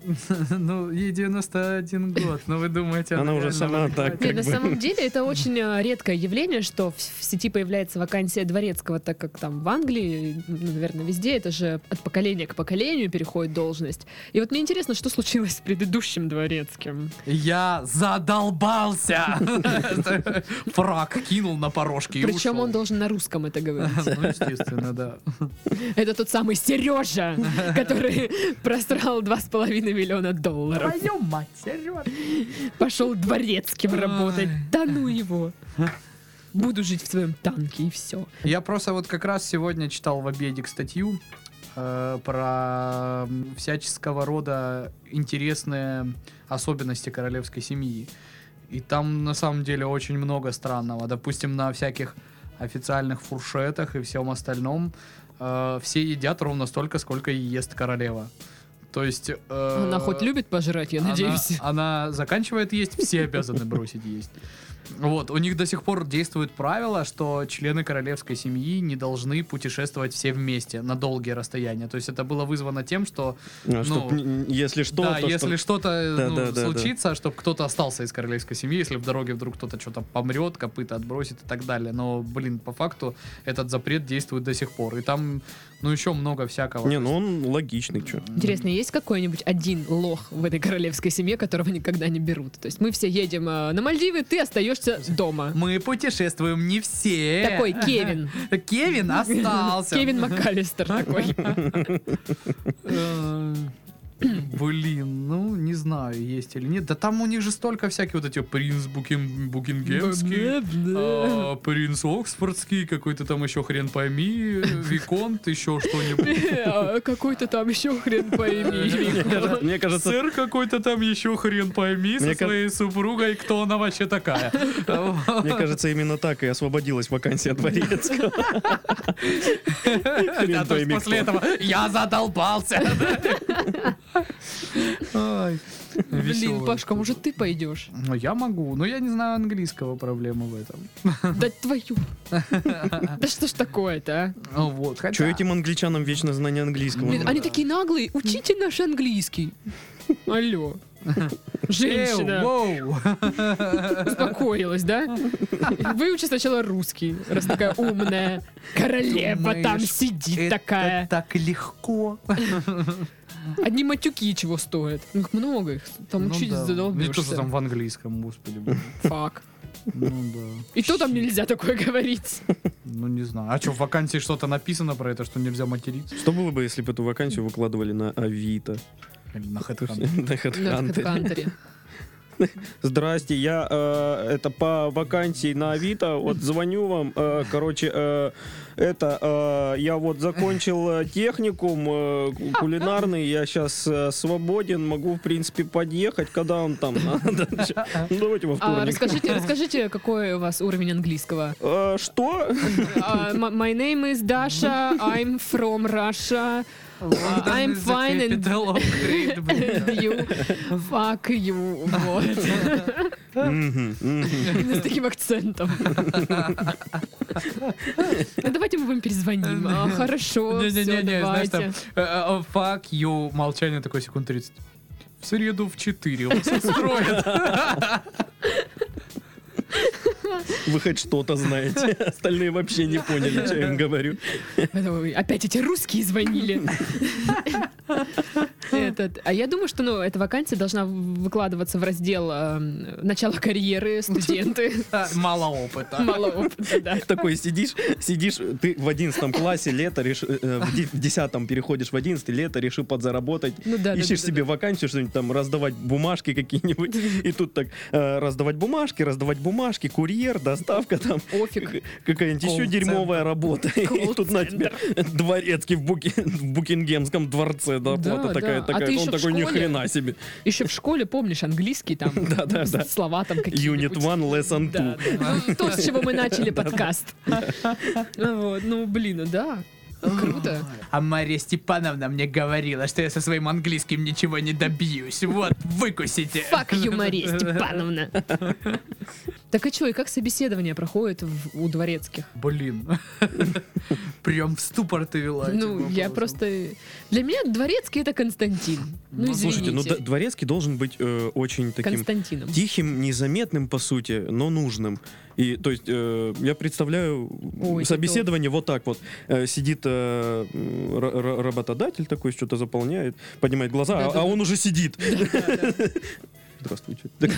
[SPEAKER 1] ну, ей 91 год. Но вы думаете,
[SPEAKER 2] Она уже
[SPEAKER 1] реально
[SPEAKER 2] сама
[SPEAKER 1] может
[SPEAKER 2] так.
[SPEAKER 1] быть?
[SPEAKER 3] Нет, на
[SPEAKER 2] Как бы.
[SPEAKER 3] самом деле это очень э, редкое явление, что в в сети появляется вакансия дворецкого, так как там в Англии, ну, наверное, везде, это же от поколения к поколению переходит должность. И вот мне интересно, что случилось с предыдущим дворецким.
[SPEAKER 1] Я задолбался! Фраг кинул на порожки и
[SPEAKER 3] Причем
[SPEAKER 1] ушел.
[SPEAKER 3] он должен на русском это говорить.
[SPEAKER 1] Ну, естественно, да.
[SPEAKER 3] Это тот самый Сережа, который просрал 2,5 миллиона долларов.
[SPEAKER 1] Твою мать, Серёж.
[SPEAKER 3] Пошел дворецким работать.
[SPEAKER 1] Ай.
[SPEAKER 3] Да ну его. Буду жить в своем танке и все.
[SPEAKER 1] Я просто вот как раз сегодня читал в обедик статью э, про м, всяческого рода интересные особенности королевской семьи. И там на самом деле очень много странного. Допустим, на всяких официальных фуршетах и всем остальном э, все едят ровно столько, сколько и ест королева. То есть... э,
[SPEAKER 3] Она хоть любит пожрать, я
[SPEAKER 1] она-
[SPEAKER 3] надеюсь.
[SPEAKER 1] Она, заканчивает есть, все обязаны бросить есть. Вот, у них до сих пор действует правило, что члены королевской семьи не должны путешествовать все вместе на долгие расстояния. То есть это было вызвано тем, что
[SPEAKER 2] А чтоб
[SPEAKER 1] Ну,
[SPEAKER 2] н- если что,
[SPEAKER 1] да,
[SPEAKER 2] то
[SPEAKER 1] если
[SPEAKER 2] чтоб-
[SPEAKER 1] что-то
[SPEAKER 2] Да,
[SPEAKER 1] ну,
[SPEAKER 2] да, да,
[SPEAKER 1] случится, чтобы кто-то остался из королевской семьи, если в дороге вдруг кто-то что-то помрет, копыта отбросит и так далее. Но, блин, по факту этот запрет действует до сих пор. И там, ну, еще много всякого.
[SPEAKER 2] Не, ну он логичный, что.
[SPEAKER 3] Интересно, есть какой-нибудь один лох в этой королевской семье, которого никогда не берут? То есть мы все едем э, на Мальдивы, ты остаешься дома.
[SPEAKER 1] Мы путешествуем не все.
[SPEAKER 3] Такой Кевин.
[SPEAKER 1] Кевин остался.
[SPEAKER 3] Кевин МакАлистер такой.
[SPEAKER 1] Э, Блин, ну не знаю, есть или нет. Да там у них же столько всяких вот эти принц Букин- Букингемский, а, принц Оксфордский, какой-то там еще хрен пойми, э, Виконт, еще что-нибудь.
[SPEAKER 3] А Какой-то там еще хрен пойми.
[SPEAKER 2] Мне кажется,
[SPEAKER 1] Сэр какой-то там еще хрен пойми со
[SPEAKER 2] Мне ка-
[SPEAKER 1] своей супругой, кто она вообще такая.
[SPEAKER 2] мне кажется, именно так и освободилась вакансия дворецкого. Хрен
[SPEAKER 1] Да, А то есть
[SPEAKER 2] пойми,
[SPEAKER 1] после
[SPEAKER 2] кто.
[SPEAKER 1] этого я задолбался. Ай,
[SPEAKER 3] Блин,
[SPEAKER 1] весёлая
[SPEAKER 3] Пашка, может ты пойдешь?
[SPEAKER 1] Ну, я могу, но я не знаю английского, проблема в этом.
[SPEAKER 3] Да твою. Да что ж такое-то, а?
[SPEAKER 1] Ну, вот, хотя...
[SPEAKER 2] Че этим англичанам вечно знание английского?
[SPEAKER 3] Блин,
[SPEAKER 2] надо?
[SPEAKER 3] они такие наглые. Учите наш английский. Алло.
[SPEAKER 1] Эй,
[SPEAKER 3] Женщина
[SPEAKER 1] воу.
[SPEAKER 3] успокоилась, да? Выучи сначала русский, раз такая умная. Королева
[SPEAKER 1] Думаешь,
[SPEAKER 3] там сидит
[SPEAKER 1] это
[SPEAKER 3] такая.
[SPEAKER 1] так легко.
[SPEAKER 3] Одни матюки чего стоят. Ну, Их много их. Там
[SPEAKER 1] Ну
[SPEAKER 3] учить
[SPEAKER 1] да. Не то, что там
[SPEAKER 3] задолбешься.
[SPEAKER 1] в английском, господи. блин.
[SPEAKER 3] Фак.
[SPEAKER 1] Ну да.
[SPEAKER 3] И то там нельзя такое говорить.
[SPEAKER 1] Ну не знаю. А что, в вакансии что-то написано про это, что нельзя материться?
[SPEAKER 2] Что было бы, если бы эту вакансию выкладывали на Авито?
[SPEAKER 1] Или на
[SPEAKER 2] То
[SPEAKER 1] хэдхант?
[SPEAKER 2] есть, На
[SPEAKER 3] Ну, это
[SPEAKER 2] HeadHunter.
[SPEAKER 3] в Хантере.
[SPEAKER 2] Здрасте, я э, это по вакансии на Авито, вот звоню вам, э, короче, э, это э, я вот закончил э, техникум э, ку- кулинарный, я сейчас свободен, могу в принципе подъехать, когда он там надо. Ну, Давайте во
[SPEAKER 3] А,
[SPEAKER 2] вторник.
[SPEAKER 3] расскажите, расскажите, какой у вас уровень английского?
[SPEAKER 2] Э, Что?
[SPEAKER 3] А, м- my name is Dasha, I'm from Russia,
[SPEAKER 1] ну,
[SPEAKER 3] I'm fine and-
[SPEAKER 1] Э,
[SPEAKER 3] you, fuck you, вот.
[SPEAKER 2] Мгм, мгм.
[SPEAKER 3] Именно С таким акцентом. Ну, Давайте мы вам перезвоним. А, Хорошо, все,
[SPEAKER 1] Не-не-не, знаешь, там,
[SPEAKER 3] давайте.
[SPEAKER 1] э, э, fuck you, молчание такое секунд 30. В среду в 4 вас устроит.
[SPEAKER 2] Вы хоть что-то знаете. Остальные вообще не поняли, что я им говорю.
[SPEAKER 3] Ой, Опять эти русские звонили. Этот, а я думаю, что ну, эта вакансия должна выкладываться в раздел эм, начало карьеры, студенты,
[SPEAKER 1] Э, Мало опыта.
[SPEAKER 3] мало опыта, да.
[SPEAKER 2] Такой сидишь, сидишь, ты в 11 классе лето, реш- э, э, в де- в 10 переходишь в 11 лето, решил подзаработать.
[SPEAKER 3] Ну да, да,
[SPEAKER 2] Ищешь
[SPEAKER 3] да,
[SPEAKER 2] себе вакансию, что-нибудь там раздавать бумажки какие-нибудь. И тут так э, раздавать бумажки, раздавать бумажки, курьер, доставка там.
[SPEAKER 3] да. Офиг.
[SPEAKER 2] к- Какая-нибудь еще
[SPEAKER 1] Колл-центр.
[SPEAKER 2] дерьмовая работа. И тут на тебе
[SPEAKER 3] Колл-центр.
[SPEAKER 2] дворецкий в, Буки- в Букингемском дворце доплата
[SPEAKER 3] Да,
[SPEAKER 2] такая,
[SPEAKER 3] да. А
[SPEAKER 2] такая.
[SPEAKER 3] ты
[SPEAKER 2] Он
[SPEAKER 3] еще в
[SPEAKER 2] такой, ни
[SPEAKER 3] школе?»
[SPEAKER 2] хрена себе.
[SPEAKER 3] Еще в школе, помнишь, английский там,
[SPEAKER 2] Да, да, да.
[SPEAKER 3] слова там
[SPEAKER 2] Unit
[SPEAKER 3] какие-нибудь.
[SPEAKER 2] one, lesson
[SPEAKER 3] Да,
[SPEAKER 2] two.
[SPEAKER 3] да. Ну, То, с чего мы начали подкаст. Вот, Ну, блин, да. Круто.
[SPEAKER 1] А Мария Степановна мне говорила, что я со своим английским ничего не добьюсь. Вот, выкусите.
[SPEAKER 3] Фак you, Мария Степановна. Так и что, и как собеседование проходит в- у дворецких?
[SPEAKER 1] Блин. Прям в ступор ты вела. типа, этим
[SPEAKER 3] Ну, я
[SPEAKER 1] вопросом.
[SPEAKER 3] просто... Для меня дворецкий — это Константин. Ну,
[SPEAKER 1] Ну,
[SPEAKER 2] Слушайте, ну
[SPEAKER 3] извините.
[SPEAKER 2] д- дворецкий должен быть э, очень таким
[SPEAKER 3] Константином.
[SPEAKER 2] тихим, незаметным по сути, но нужным. И то есть э, я представляю
[SPEAKER 3] Ой,
[SPEAKER 2] собеседование вот так вот Э, сидит э, м, ра- ра- работодатель такой что-то заполняет, поднимает глаза, а-
[SPEAKER 3] Да-да-да.
[SPEAKER 2] а, он уже сидит.
[SPEAKER 3] Да, да.
[SPEAKER 2] Здравствуйте. Так,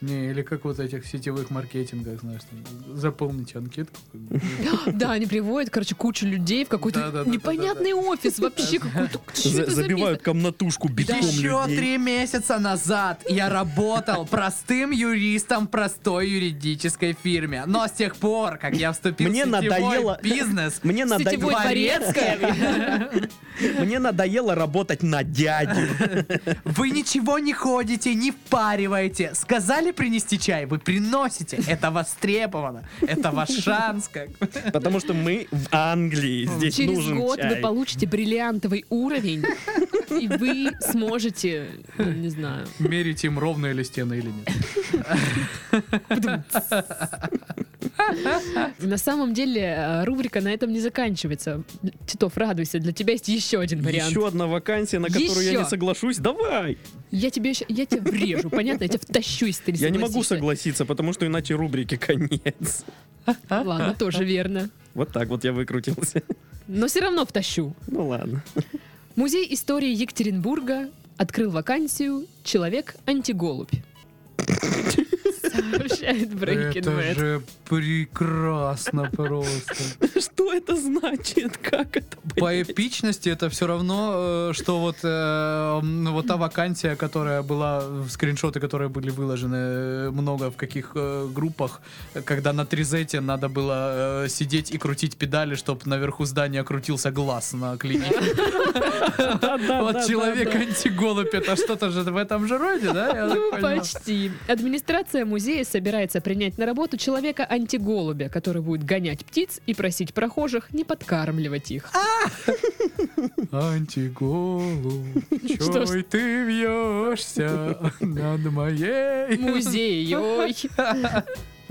[SPEAKER 1] Не, или как вот этих сетевых маркетингах, знаешь, там, заполните анкетку. как бы.
[SPEAKER 3] Да, они приводят, короче, кучу людей в какой-то
[SPEAKER 1] Да-да-да-да-да-да.
[SPEAKER 3] непонятный офис вообще. какой-то. Что
[SPEAKER 2] за-
[SPEAKER 3] это за
[SPEAKER 2] Забивают комнатушку битком
[SPEAKER 1] Еще
[SPEAKER 2] людей.
[SPEAKER 1] три месяца назад я работал простым юристом в простой юридической фирме. Но с тех пор, как я вступил
[SPEAKER 2] Мне
[SPEAKER 1] в сетевой
[SPEAKER 2] надоело-
[SPEAKER 1] бизнес,
[SPEAKER 2] Мне,
[SPEAKER 3] место?
[SPEAKER 2] надоело,
[SPEAKER 3] Сетевой дворецкий.
[SPEAKER 2] мне надоело работать на дядю.
[SPEAKER 1] вы ничего не ходите, не впариваете. Сказали принести чай, вы приносите. Это востребовано. Это ваш шанс. Как... бы.
[SPEAKER 2] Потому что мы в Англии. Здесь
[SPEAKER 3] Через
[SPEAKER 2] нужен
[SPEAKER 3] год
[SPEAKER 2] чай.
[SPEAKER 3] вы получите бриллиантовый уровень, и вы сможете, ну, не знаю,
[SPEAKER 1] Мерить им ровная ли стена или нет.
[SPEAKER 3] На самом деле э, рубрика на этом не заканчивается. Титов, радуйся, для тебя есть еще один вариант.
[SPEAKER 2] Еще одна вакансия, на которую я
[SPEAKER 3] Еще.
[SPEAKER 2] не соглашусь. Давай!
[SPEAKER 3] Я тебе еще, я тебе врежу, понятно? Я тебя втащу, если ты не
[SPEAKER 2] Я не могу
[SPEAKER 3] согласишься.
[SPEAKER 2] согласиться, потому что иначе рубрики конец.
[SPEAKER 3] Ладно, тоже верно.
[SPEAKER 2] Вот так вот я выкрутился.
[SPEAKER 3] Но все равно втащу.
[SPEAKER 2] Ну ладно.
[SPEAKER 3] Музей истории Екатеринбурга открыл вакансию «Человек-антиголубь». Сообщает
[SPEAKER 1] Это
[SPEAKER 3] Брейкинбет.
[SPEAKER 1] же прекрасно просто.
[SPEAKER 2] Что это значит? Как это?
[SPEAKER 1] По эпичности это все равно, э, что вот, э, м, ну, вот та вакансия, которая была, в скриншоты, которые были выложены э, много в каких э, группах, э, когда на тризете надо было э, сидеть и крутить педали, чтобы наверху здания крутился глаз на клинике. Вот человек антиголубь, это что-то же в этом же роде, да? я так
[SPEAKER 3] Ну,
[SPEAKER 1] понимаю?
[SPEAKER 3] почти. Администрация музея собирается принять на работу человека-антиголубя, который будет гонять птиц и просить прохожих не подкармливать их.
[SPEAKER 1] Антиголубь,
[SPEAKER 3] Что ж-
[SPEAKER 1] чой ты вьешься над моей...
[SPEAKER 3] Музей, ой. А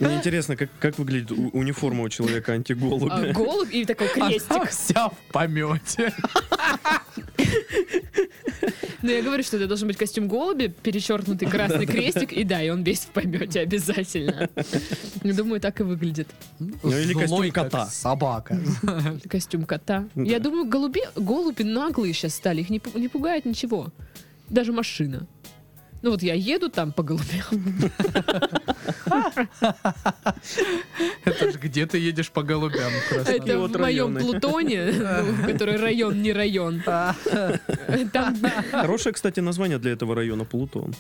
[SPEAKER 2] Мне интересно, как, как выглядит у- униформа у человека
[SPEAKER 3] А,
[SPEAKER 2] антиголубя.
[SPEAKER 3] Голубь и такой крестик.
[SPEAKER 1] А Вся в помете.
[SPEAKER 3] Но Ну, я говорю, что это должен быть костюм голуби, перечеркнутый красный крестик, и да, и он весь в помете обязательно. Ну, Думаю, так и выглядит.
[SPEAKER 2] Ну, или костюм
[SPEAKER 1] Злой, как
[SPEAKER 2] кота.
[SPEAKER 1] Собака.
[SPEAKER 3] Костюм кота.
[SPEAKER 2] Да.
[SPEAKER 3] Я думаю, голуби, голуби наглые сейчас стали, их не, пу- не пугает ничего. Даже машина. Ну вот я еду там по голубям.
[SPEAKER 1] Это ж где ты едешь по голубям. Краснодар.
[SPEAKER 3] Это
[SPEAKER 2] А вот
[SPEAKER 3] в моем
[SPEAKER 2] районы.
[SPEAKER 3] Плутоне, ну, который район не район.
[SPEAKER 1] А,
[SPEAKER 3] Там,
[SPEAKER 2] Хорошее, кстати, название для этого района Плутон.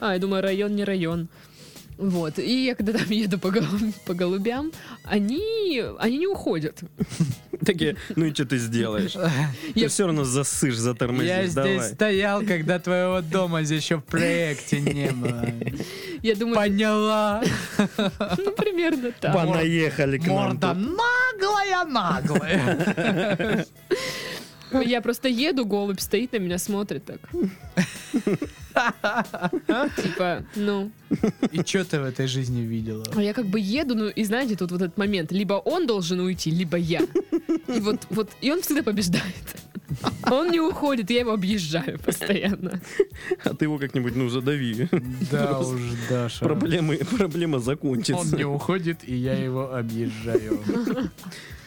[SPEAKER 3] а, я думаю, район не район. Вот, и я когда там еду по, голу- по голубям, они, они не уходят.
[SPEAKER 2] Такие, ну и что ты сделаешь? Ты
[SPEAKER 3] Я-
[SPEAKER 2] все равно засышь,
[SPEAKER 1] Я
[SPEAKER 2] затормозишь,
[SPEAKER 1] здесь
[SPEAKER 2] давай.
[SPEAKER 1] стоял, когда твоего дома здесь еще в проекте не было.
[SPEAKER 3] Я думаю,
[SPEAKER 1] Поняла.
[SPEAKER 3] ну примерно так.
[SPEAKER 2] Понаехали к нам.
[SPEAKER 1] Морда
[SPEAKER 2] тут.
[SPEAKER 1] наглая, наглая.
[SPEAKER 3] Я просто еду, голубь стоит на меня, смотрит так. Типа, ну.
[SPEAKER 1] И что ты в этой жизни видела?
[SPEAKER 3] А я как бы еду, ну и знаете, тут вот этот момент. Либо он должен уйти, либо я. И вот, вот, и он всегда побеждает. Он не уходит, я его объезжаю постоянно.
[SPEAKER 2] А ты его как-нибудь, ну, задави.
[SPEAKER 1] Да
[SPEAKER 2] Просто
[SPEAKER 1] уж, Даша.
[SPEAKER 2] Проблемы, проблема
[SPEAKER 1] Он не
[SPEAKER 2] закончится.
[SPEAKER 1] уходит, и я его объезжаю.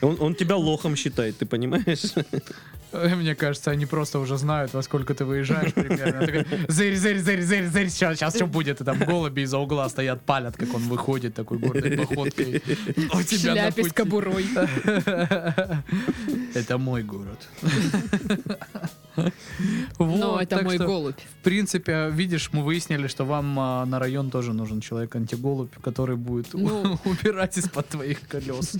[SPEAKER 2] Он, он тебя лохом считает, ты понимаешь?
[SPEAKER 1] Э, Мне кажется, они просто уже знают, во сколько ты выезжаешь примерно. Такой, Зырь, зырь, зырь, зырь, зырь, сейчас, сейчас что будет? И там голуби из-за угла стоят, палят, как он выходит такой гордой походкой. У
[SPEAKER 3] В
[SPEAKER 1] тебя на
[SPEAKER 3] шляпе с
[SPEAKER 1] пути.
[SPEAKER 3] кобурой.
[SPEAKER 1] Это мой город. Вот,
[SPEAKER 3] Но это
[SPEAKER 1] так
[SPEAKER 3] мой
[SPEAKER 1] что,
[SPEAKER 3] голубь.
[SPEAKER 1] В принципе, видишь, мы выяснили, что вам а, на район тоже нужен человек антиголубь, который будет
[SPEAKER 3] Ну.
[SPEAKER 1] у- убирать из-под твоих колес.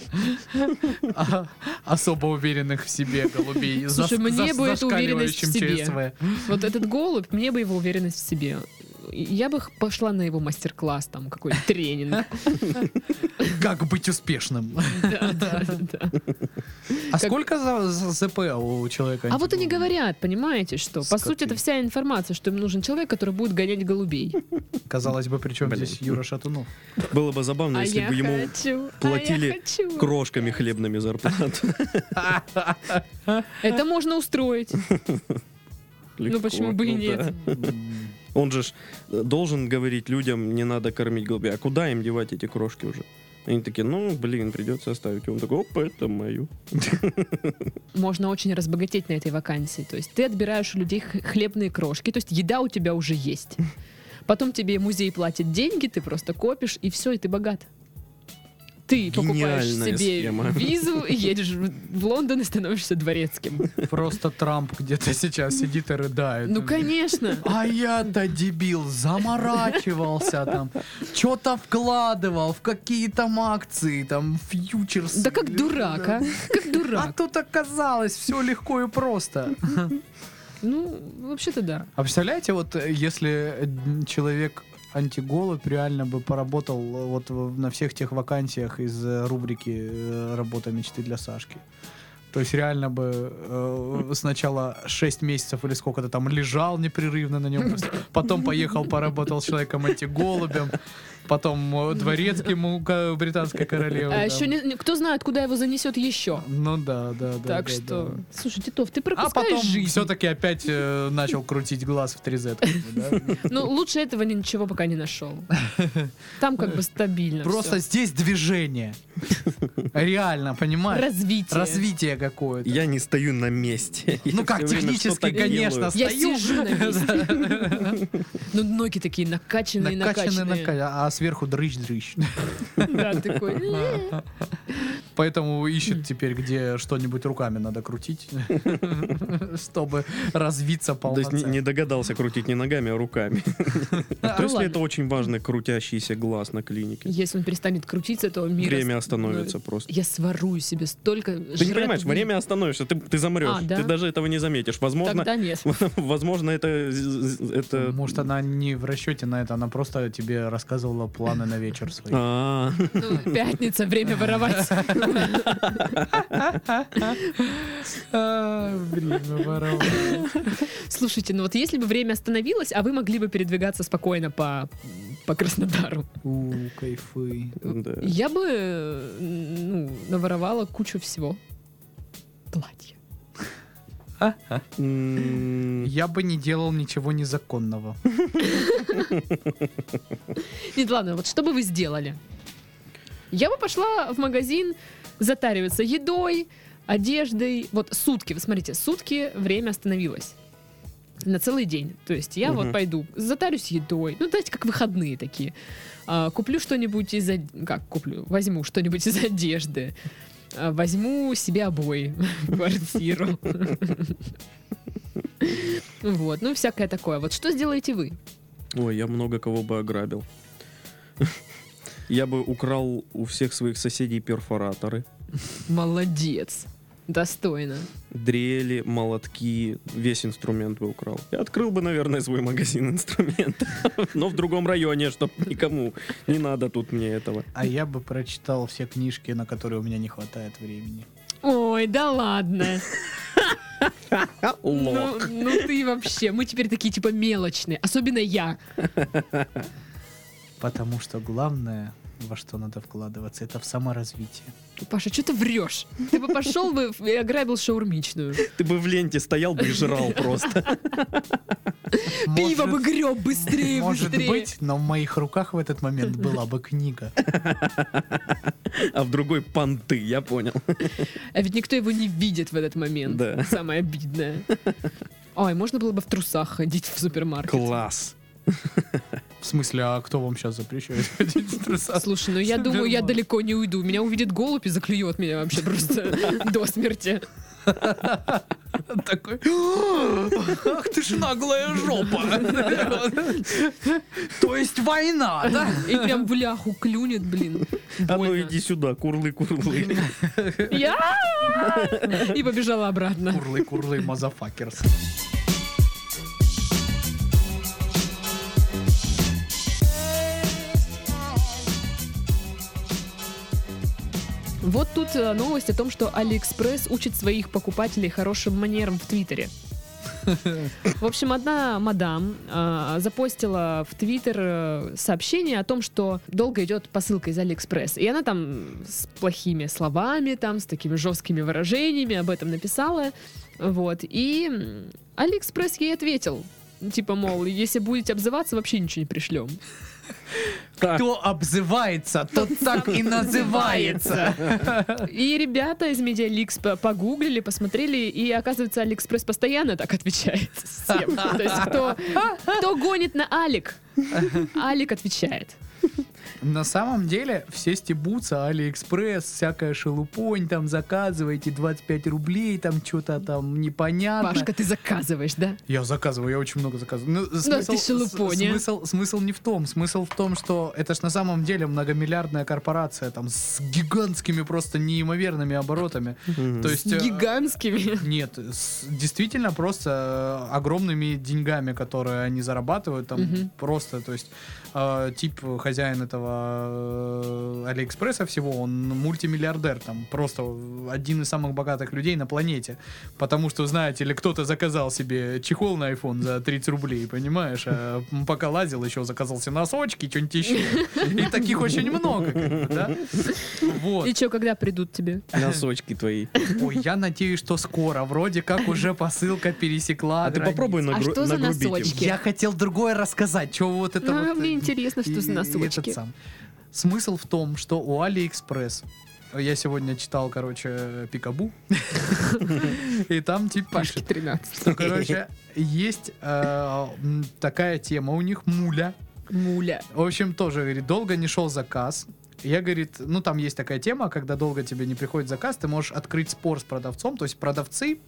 [SPEAKER 1] А, Особо уверенных в себе голубей. за-
[SPEAKER 3] Слушай, мне
[SPEAKER 1] за-
[SPEAKER 3] бы эта уверенность в
[SPEAKER 1] зашкаливающим
[SPEAKER 3] себе.
[SPEAKER 1] ЧСВ.
[SPEAKER 3] Вот этот голубь, мне бы его уверенность в себе. Я бы х- пошла на его мастер-класс, там какой-то тренинг.
[SPEAKER 1] Как быть успешным?
[SPEAKER 3] Да, да, да.
[SPEAKER 1] А сколько за, за ЗП у человека?
[SPEAKER 3] А вот они
[SPEAKER 1] антиголубь?
[SPEAKER 3] говорят, понимаете, что по
[SPEAKER 1] Скоты.
[SPEAKER 3] сути это вся информация, что им нужен человек, который будет гонять голубей.
[SPEAKER 1] Казалось бы, причем
[SPEAKER 2] Блин.
[SPEAKER 1] здесь Юра Шатунов?
[SPEAKER 2] Было бы забавно,
[SPEAKER 3] а
[SPEAKER 2] Ну, если
[SPEAKER 3] я
[SPEAKER 2] бы ему
[SPEAKER 3] хочу, а я
[SPEAKER 2] платили
[SPEAKER 3] хочу.
[SPEAKER 2] крошками хлебными зарплату.
[SPEAKER 3] Это можно устроить.
[SPEAKER 2] Легко,
[SPEAKER 3] ну почему бы и
[SPEAKER 2] ну
[SPEAKER 3] нет?
[SPEAKER 1] М,
[SPEAKER 2] да. Он же ж, э, должен говорить людям, не надо кормить голубей. А куда им девать эти крошки уже? Они такие, ну, блин, придется оставить. И Он такой, опа, это мою.
[SPEAKER 3] Можно очень разбогатеть на этой вакансии. То есть ты отбираешь у людей х- хлебные крошки, то есть еда у тебя уже есть. Потом тебе музей платит деньги, ты просто копишь, и все, и ты богат. Ты покупаешь
[SPEAKER 2] Гениальная
[SPEAKER 3] себе
[SPEAKER 2] схема.
[SPEAKER 3] визу, и едешь в в Лондон и становишься дворецким.
[SPEAKER 1] Просто Трамп где-то сейчас сидит и рыдает.
[SPEAKER 3] Ну, конечно.
[SPEAKER 1] А я-то дебил, заморачивался там, что-то вкладывал в какие-то акции, там, фьючерсы.
[SPEAKER 3] Да как дурак, а? Как
[SPEAKER 1] А
[SPEAKER 3] дурак.
[SPEAKER 1] тут оказалось все легко и просто.
[SPEAKER 3] Ну, вообще-то да.
[SPEAKER 1] А представляете, вот э, если э, человек антиголубь реально бы поработал э, вот в- на всех тех вакансиях из э, рубрики э, «Работа мечты для Сашки». То есть реально бы э, сначала 6 месяцев или сколько-то там лежал непрерывно на нем, потом поехал, поработал с человеком антиголубем, потом э, дворецким у ка- британской королевы.
[SPEAKER 3] А
[SPEAKER 1] да.
[SPEAKER 3] еще не- не- кто знает, куда его занесет еще.
[SPEAKER 1] Ну да, да, да.
[SPEAKER 3] так
[SPEAKER 1] да,
[SPEAKER 3] что,
[SPEAKER 1] да.
[SPEAKER 3] слушай, Титов, ты
[SPEAKER 1] А
[SPEAKER 3] пропускаешь
[SPEAKER 1] потом
[SPEAKER 3] жизнь.
[SPEAKER 1] все-таки опять э, начал крутить глаз в 3Z. как бы, да.
[SPEAKER 3] Ну, лучше этого ни- ничего пока не нашел. Там как бы стабильно.
[SPEAKER 1] Просто
[SPEAKER 3] всё.
[SPEAKER 1] здесь движение. Реально, понимаешь?
[SPEAKER 3] развитие.
[SPEAKER 1] Развитие какое-то.
[SPEAKER 2] Я не стою на месте. Я
[SPEAKER 1] Ну как,
[SPEAKER 2] всё время
[SPEAKER 1] технически,
[SPEAKER 2] что-то
[SPEAKER 1] конечно,
[SPEAKER 2] делаю.
[SPEAKER 3] Я
[SPEAKER 1] стою.
[SPEAKER 3] сижу на месте. Ну, ноги такие накачанные,
[SPEAKER 1] Накачанный,
[SPEAKER 3] накачанные.
[SPEAKER 1] накачанный, а сверху дрыщ-дрыщ.
[SPEAKER 3] Да, такой. «Э,
[SPEAKER 1] Поэтому ищет теперь, где что-нибудь руками надо крутить, чтобы развиться
[SPEAKER 2] То есть не,
[SPEAKER 1] полноценно.
[SPEAKER 2] не догадался крутить не ногами, а руками. А То есть
[SPEAKER 3] ну
[SPEAKER 2] ли
[SPEAKER 3] ладно.
[SPEAKER 2] это очень важный крутящийся глаз на клинике?
[SPEAKER 3] Если он перестанет крутиться, то мир...
[SPEAKER 2] Время
[SPEAKER 3] ост-
[SPEAKER 2] остановится просто.
[SPEAKER 3] ну, Я сварую себе столько
[SPEAKER 2] Ты не понимаешь, время остановишься, ты, ты замрешь.
[SPEAKER 3] А, да?
[SPEAKER 2] Ты даже этого не заметишь. Возможно,
[SPEAKER 3] Тогда нет.
[SPEAKER 2] возможно это, з- з- это...
[SPEAKER 1] Может, она не в расчете на это, она просто тебе рассказывала планы на вечер свои.
[SPEAKER 2] А,
[SPEAKER 3] Ну, пятница, время воровать.
[SPEAKER 1] А, Время воровать.
[SPEAKER 3] Слушайте, ну вот если бы время остановилось, а вы могли бы передвигаться спокойно по, по Краснодару,
[SPEAKER 1] У, кайфы.
[SPEAKER 2] да.
[SPEAKER 3] я бы э, ну, наворовала кучу всего. Платье.
[SPEAKER 2] М,
[SPEAKER 1] Я бы не делал ничего незаконного.
[SPEAKER 3] Нет, ладно, вот что бы вы сделали? Я бы пошла в магазин затариваться едой, одеждой. Вот сутки, вы смотрите, сутки время остановилось. на целый день. То есть я вот
[SPEAKER 2] Мгм.
[SPEAKER 3] пойду, затарюсь едой, ну, знаете, как выходные такие. А, куплю что-нибудь из... од- Как куплю? Возьму что-нибудь из одежды. А, возьму себе обои в квартиру. Вот, ну, всякое такое. Вот что сделаете вы?
[SPEAKER 2] Ой, я много кого бы ограбил. Я бы украл у всех своих соседей перфораторы,
[SPEAKER 3] Молодец. Достойно.
[SPEAKER 2] дрели, молотки, весь инструмент бы украл. Я открыл бы, наверное, свой магазин инструментов, но в другом районе, чтоб никому не надо тут мне этого.
[SPEAKER 1] А я бы прочитал все книжки, на которые у меня не хватает времени.
[SPEAKER 3] Ой, да ладно.
[SPEAKER 2] А, лох.
[SPEAKER 3] Ну, ну ты вообще. Мы теперь такие типа мелочные. Особенно я.
[SPEAKER 1] Потому что главное, во что надо вкладываться, это в саморазвитие.
[SPEAKER 3] Ну, Паша, что ты врешь? Ты бы пошел бы и ограбил шаурмичную.
[SPEAKER 2] Ты бы в ленте стоял бы и жрал просто.
[SPEAKER 3] Пиво бы греб быстрее,
[SPEAKER 1] Может
[SPEAKER 3] быстрее.
[SPEAKER 1] быть, но в моих руках в этот момент была бы книга.
[SPEAKER 2] А в другой понты, я понял.
[SPEAKER 3] А ведь никто его не видит в этот момент.
[SPEAKER 2] Да.
[SPEAKER 3] Самое обидное. Ой, можно было бы в трусах ходить в супермаркет.
[SPEAKER 2] Класс.
[SPEAKER 1] В смысле, а кто вам сейчас запрещает ходить в трусах?
[SPEAKER 3] Слушай, ну я думаю, я
[SPEAKER 1] Супермаркет.
[SPEAKER 3] далеко не уйду. Меня увидит голубь и заклюет меня вообще просто до смерти.
[SPEAKER 1] Такой, ах ты ж наглая жопа. То есть война, да?
[SPEAKER 3] И прям в ляху клюнет, блин.
[SPEAKER 2] А ну
[SPEAKER 3] Больно.
[SPEAKER 2] иди сюда, курлы-курлы.
[SPEAKER 3] Я! И побежала обратно.
[SPEAKER 1] Курлы-курлы, мазафакерс.
[SPEAKER 3] Вот тут э, новость о том, что Алиэкспресс учит своих покупателей хорошим манерам в Твиттере. В общем, одна мадам э, запостила в Твиттер э, сообщение о том, что долго идет посылка из Алиэкспресс. И она там с плохими словами, там с такими жесткими выражениями об этом написала. Вот. И м, Алиэкспресс ей ответил. Типа, мол, если будете обзываться, вообще ничего не пришлем.
[SPEAKER 1] Кто обзывается, тот так и называется.
[SPEAKER 3] И ребята из Медиаликс по- погуглили, посмотрели, и оказывается, Алиэкспресс постоянно так отвечает всем. То есть кто, кто гонит на Алик, Алик отвечает.
[SPEAKER 1] На самом деле все стебутся, Алиэкспресс, всякая шелупонь, там заказываете 25 рублей, там что-то там непонятно.
[SPEAKER 3] Пашка, ты заказываешь, да?
[SPEAKER 1] Я заказываю, я очень много заказываю. Ну, смысл,
[SPEAKER 3] ты шелупоня.
[SPEAKER 1] с- смысл, смысл не в том. Смысл в том, что это ж на самом деле многомиллиардная корпорация там с гигантскими просто неимоверными оборотами.
[SPEAKER 2] Мгм.
[SPEAKER 1] То
[SPEAKER 3] С
[SPEAKER 1] есть... э,
[SPEAKER 3] гигантскими.
[SPEAKER 1] Нет, с- действительно просто э, огромными деньгами, которые они зарабатывают, там
[SPEAKER 3] Мгм.
[SPEAKER 1] просто, то есть э, тип хозяин этого э, Алиэкспресса всего, он мультимиллиардер, там просто один из самых богатых людей на планете, потому что, знаете ли, кто-то заказал себе чехол на iPhone за 30 рублей, понимаешь, а м, пока лазил еще заказал себе носочки, что-нибудь еще, и таких очень много, как бы, да? Вот.
[SPEAKER 3] И что, когда придут тебе?
[SPEAKER 2] Носочки твои.
[SPEAKER 1] Ой, я надеюсь, что скоро. Вроде как уже посылка пересекла.
[SPEAKER 2] А ты
[SPEAKER 1] границу.
[SPEAKER 2] попробуй
[SPEAKER 3] А
[SPEAKER 2] нагру-
[SPEAKER 3] что за
[SPEAKER 2] нагрубить им.
[SPEAKER 3] носочки?
[SPEAKER 1] Я хотел другое рассказать. Чего вот это
[SPEAKER 3] Ну,
[SPEAKER 1] вот...
[SPEAKER 3] мне
[SPEAKER 1] э,
[SPEAKER 3] интересно, что
[SPEAKER 1] и-
[SPEAKER 3] за
[SPEAKER 1] и
[SPEAKER 3] носочки.
[SPEAKER 1] этот сам. Смысл в том, что у Алиэкспресс э, я сегодня читал, короче, э, Пикабу, и там типа
[SPEAKER 3] Пашке
[SPEAKER 1] пишет,
[SPEAKER 3] 13.
[SPEAKER 1] что, короче, есть э, м, такая тема у них, муля,
[SPEAKER 3] Муля.
[SPEAKER 1] в общем, тоже, говорит, долго не шел заказ. Я, говорит, ну там есть такая тема, когда долго тебе не приходит заказ, ты можешь открыть спор с продавцом, то есть продавцы,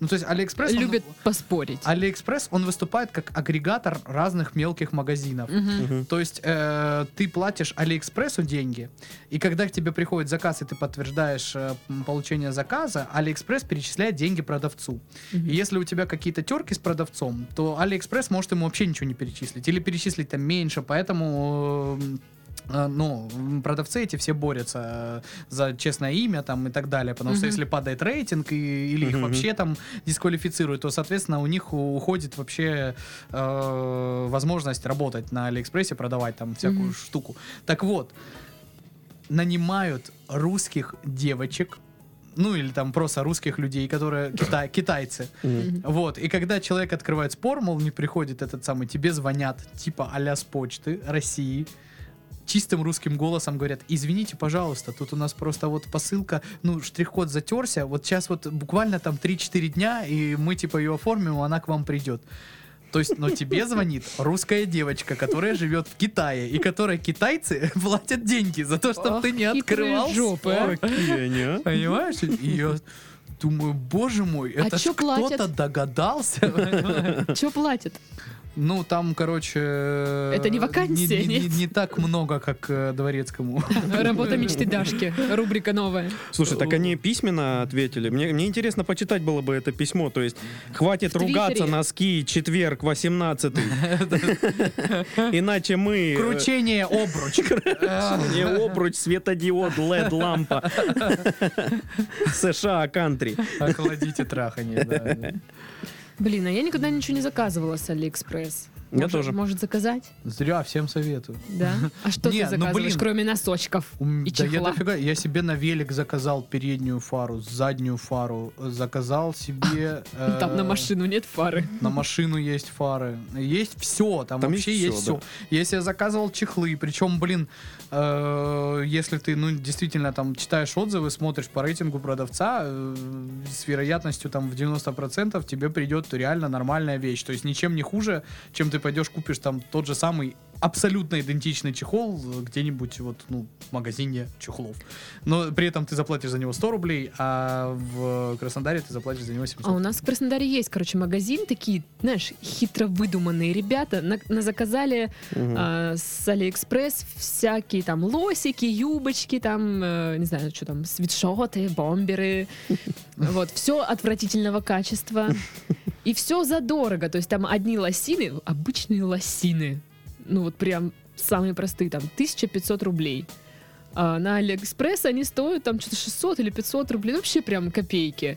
[SPEAKER 1] ну то есть Алиэкспресс... он-
[SPEAKER 3] Любит поспорить.
[SPEAKER 1] а Алиэкспресс, он выступает как агрегатор разных мелких магазинов.
[SPEAKER 3] Мгм.
[SPEAKER 1] То есть э, ты платишь Алиэкспрессу деньги, и когда к тебе приходит заказ, и ты подтверждаешь э, м, получение заказа, Алиэкспресс перечисляет деньги продавцу.
[SPEAKER 3] Мгм.
[SPEAKER 1] И если у тебя какие-то терки с продавцом, то Алиэкспресс может ему вообще ничего не перечислить. Или перечислить там меньше, поэтому... э, м, э, Ну, м, продавцы эти все борются э, за честное имя там и так далее, потому что
[SPEAKER 3] Мгм.
[SPEAKER 1] если падает рейтинг и, или их
[SPEAKER 2] Мгм, мгм.
[SPEAKER 1] вообще там дисквалифицируют, то, соответственно, у них у- уходит вообще э, возможность работать на Алиэкспрессе, продавать там всякую
[SPEAKER 3] Мгм.
[SPEAKER 1] штуку. Так вот, нанимают русских девочек, ну или там просто русских людей, которые кита- китайцы.
[SPEAKER 2] Мгм.
[SPEAKER 3] Мгм.
[SPEAKER 1] Вот, и когда человек открывает спор, мол, не приходит этот самый, тебе звонят, типа а с почты России, чистым русским голосом говорят, извините, пожалуйста, тут у нас просто вот посылка, ну, штрих-код затерся, вот сейчас вот буквально там 3-4 дня, и мы типа ее оформим, и она к вам придет. То есть, но тебе звонит русская девочка, которая живет в Китае, и которой китайцы платят деньги за то, чтобы
[SPEAKER 3] Ох,
[SPEAKER 1] ты не
[SPEAKER 3] хитрые
[SPEAKER 1] открывал
[SPEAKER 3] жопы, а.
[SPEAKER 1] свой
[SPEAKER 2] Какие они, а?
[SPEAKER 1] Понимаешь? И я думаю, боже мой,
[SPEAKER 3] А
[SPEAKER 1] это ж
[SPEAKER 3] чё платят?
[SPEAKER 1] кто-то догадался.
[SPEAKER 3] Че платят?
[SPEAKER 1] Ну, там, короче... э,
[SPEAKER 3] Это не вакансия,
[SPEAKER 1] не- не- не-
[SPEAKER 3] нет?
[SPEAKER 1] Не так много, как э, дворецкому.
[SPEAKER 3] Работа мечты Дашки. Рубрика новая.
[SPEAKER 2] Слушай, так они письменно ответили. Мне, мне интересно почитать было бы это письмо. То есть, хватит
[SPEAKER 3] В Твиттере.
[SPEAKER 2] ругаться носки, четверг, 18 Иначе мы... э,
[SPEAKER 1] Кручение обруч. А,
[SPEAKER 2] Не обруч, светодиод, LED-лампа. США, кантри.
[SPEAKER 1] Охладите трахание, да.
[SPEAKER 3] Блин, а я никогда ничего не заказывала с Алиэкспресс.
[SPEAKER 2] Я
[SPEAKER 3] Может-
[SPEAKER 2] тоже.
[SPEAKER 3] Может заказать?
[SPEAKER 1] Зря, всем советую.
[SPEAKER 3] Да. А что
[SPEAKER 1] Не,
[SPEAKER 3] ты
[SPEAKER 1] ну,
[SPEAKER 3] заказываешь,
[SPEAKER 1] блин.
[SPEAKER 3] кроме носочков
[SPEAKER 1] М,
[SPEAKER 3] и
[SPEAKER 1] да я
[SPEAKER 3] чехла?
[SPEAKER 1] дофига. Я себе на велик заказал переднюю фару, заднюю фару. э, Заказал себе... э,
[SPEAKER 3] Там на машину нет фары.
[SPEAKER 1] На машину есть фары. Есть все. Там,
[SPEAKER 2] Там
[SPEAKER 1] вообще
[SPEAKER 2] есть
[SPEAKER 1] есть,
[SPEAKER 2] всё,
[SPEAKER 1] все. Если я заказывал чехлы, причем, блин, э, если ты, ну, действительно, там, читаешь отзывы, смотришь по рейтингу продавца, э, с вероятностью, там, в 90% тебе придет реально нормальная вещь. То есть ничем не хуже, чем ты пойдешь купишь там тот же самый абсолютно идентичный чехол э, где-нибудь вот, ну, в магазине чехлов. Но при этом ты заплатишь за него 100 рублей, а в Краснодаре ты заплатишь за него 700.
[SPEAKER 3] А у нас в Краснодаре есть, короче, магазин такие, знаешь, хитро выдуманные ребята. На, на заказали
[SPEAKER 2] Мгм.
[SPEAKER 3] а, с Алиэкспресс всякие там лосики, юбочки, там, э, не знаю, что там, свитшоты, бомберы. Вот, все отвратительного качества. И все задорого. То есть там одни лосины, обычные лосины. Ну вот прям самые простые, там 1500 рублей. А на Алиэкспресс они стоят там что-то 600 или 500 рублей. Ну Вообще прям копейки.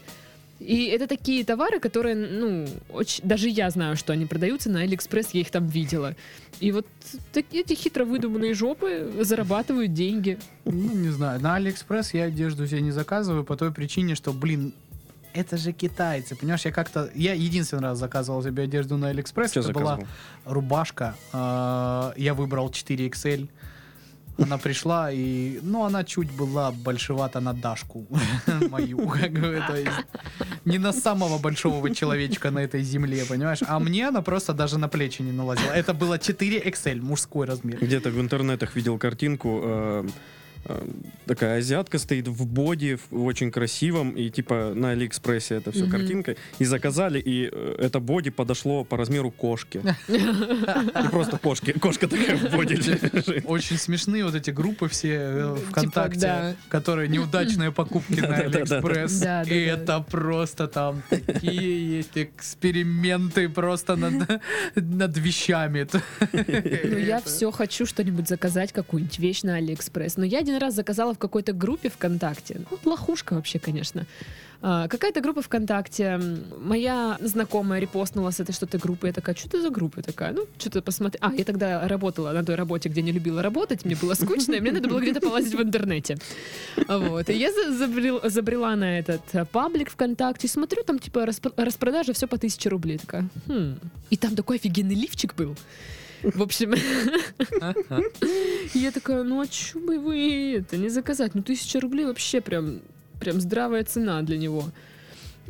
[SPEAKER 3] И это такие товары, которые, ну, оч- даже я знаю, что они продаются на Алиэкспресс, я их там видела. И вот так- эти хитро выдуманные жопы зарабатывают деньги.
[SPEAKER 1] Ну, не знаю. На Алиэкспресс я одежду себе не заказываю по той причине, что, блин, это же китайцы, понимаешь? Я как-то... Я единственный раз заказывал себе одежду на Алиэкспресс.
[SPEAKER 2] Чё
[SPEAKER 1] это
[SPEAKER 2] заказывал?
[SPEAKER 1] была рубашка. э, я выбрал 4XL. Она пришла и... Ну, она чуть была большевата на Дашку мою. как бы, то есть Не на самого большого человечка на этой земле, понимаешь? А мне она просто даже на плечи не налазила. Это было 4XL, мужской размер.
[SPEAKER 2] Где-то в интернетах видел картинку. э, э, Такая азиатка стоит в боди, в очень красивом, и типа на Алиэкспрессе это все
[SPEAKER 3] Мгм.
[SPEAKER 2] картинка. И заказали, и э, это боди подошло по размеру кошки. И просто кошки. Кошка такая в боди лежит.
[SPEAKER 1] Очень смешные вот эти группы все э, ВКонтакте,
[SPEAKER 3] Типа, да.
[SPEAKER 1] которые неудачные покупки на
[SPEAKER 2] Да-да-да-да.
[SPEAKER 1] Алиэкспресс.
[SPEAKER 3] Да, да,
[SPEAKER 1] И
[SPEAKER 3] да.
[SPEAKER 1] это просто там такие есть эксперименты просто над, над вещами.
[SPEAKER 3] Ну, я все хочу что-нибудь заказать, какую-нибудь вещь на Алиэкспресс. Но я один раз заказала в какой-то группе ВКонтакте. Ну, плохушка вообще, конечно. А, какая-то группа ВКонтакте. м, Моя знакомая репостнула с этой что-то группы. Я такая, что это за группа такая? Ну, что-то посмотри. А, я тогда работала на той работе, где не любила работать. Мне было скучно, и мне надо было где-то полазить в интернете. Вот. И я за- забрел- забрела на этот э, паблик ВКонтакте. Смотрю, там типа распро- распродажа все по 1000 рублей. Такая, «Хм». И там такой офигенный лифчик был. В общем, я такая, ну а чё бы вы это не заказать? Ну тысяча рублей вообще прям, прям здравая цена для него.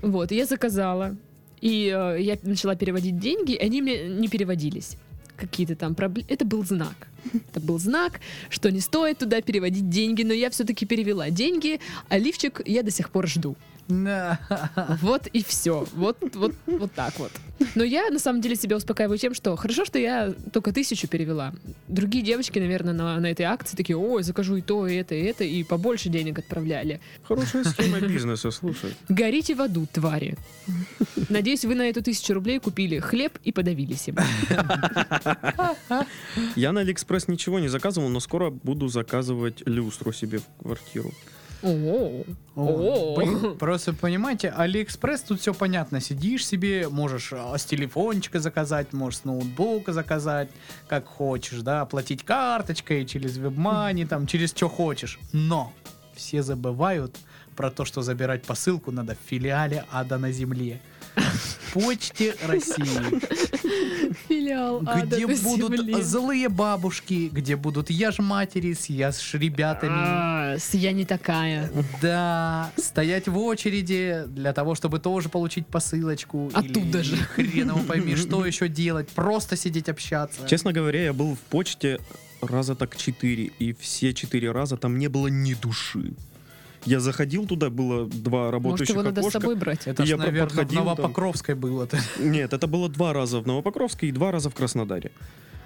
[SPEAKER 3] Вот, и я заказала. И э, я начала переводить деньги, и они мне не переводились. Какие-то там проблемы. Это был знак. Это был знак, что не стоит туда переводить деньги, но я все-таки перевела деньги, а лифчик я до сих пор жду.
[SPEAKER 1] Да.
[SPEAKER 3] Вот и все. Вот, вот, вот так вот. Но я на самом деле себя успокаиваю тем, что хорошо, что я только тысячу перевела. Другие девочки, наверное, на, на этой акции такие, ой, закажу и то, и это, и это, и побольше денег отправляли.
[SPEAKER 2] Хорошая схема бизнеса, слушай.
[SPEAKER 3] Горите в аду, твари. Надеюсь, вы на эту тысячу рублей купили хлеб и подавились им.
[SPEAKER 2] Я на Алиэкспресс ничего не заказывал, но скоро буду заказывать люстру себе в квартиру.
[SPEAKER 3] О,
[SPEAKER 1] О,
[SPEAKER 3] О.
[SPEAKER 1] блин, Просто понимаете, Алиэкспресс тут все понятно. Сидишь себе, можешь а, с телефончика заказать, можешь с ноутбука заказать, как хочешь, да, оплатить карточкой, через вебмани, там, через что хочешь. Но все забывают про то, что забирать посылку надо в филиале Ада на земле. почте России,
[SPEAKER 3] Филиал ада
[SPEAKER 1] где
[SPEAKER 3] на земле.
[SPEAKER 1] будут злые бабушки, где будут я ж матери с я с ребятами.
[SPEAKER 3] А, с я не такая.
[SPEAKER 1] Да, стоять в очереди для того, чтобы тоже получить посылочку. или
[SPEAKER 3] Оттуда же.
[SPEAKER 1] Хрен его пойми, что еще делать. Просто сидеть общаться.
[SPEAKER 2] Честно говоря, я был в почте раза так четыре, и все четыре раза там не было ни души. Я заходил туда, было два
[SPEAKER 3] Может,
[SPEAKER 2] работающих
[SPEAKER 3] его надо с
[SPEAKER 2] окошка.
[SPEAKER 3] собой брать?
[SPEAKER 1] Это ж,
[SPEAKER 2] я
[SPEAKER 1] наверное, в
[SPEAKER 2] подходил там.
[SPEAKER 1] Новопокровской было.
[SPEAKER 2] Нет, это было два раза в Новопокровске и два раза в Краснодаре.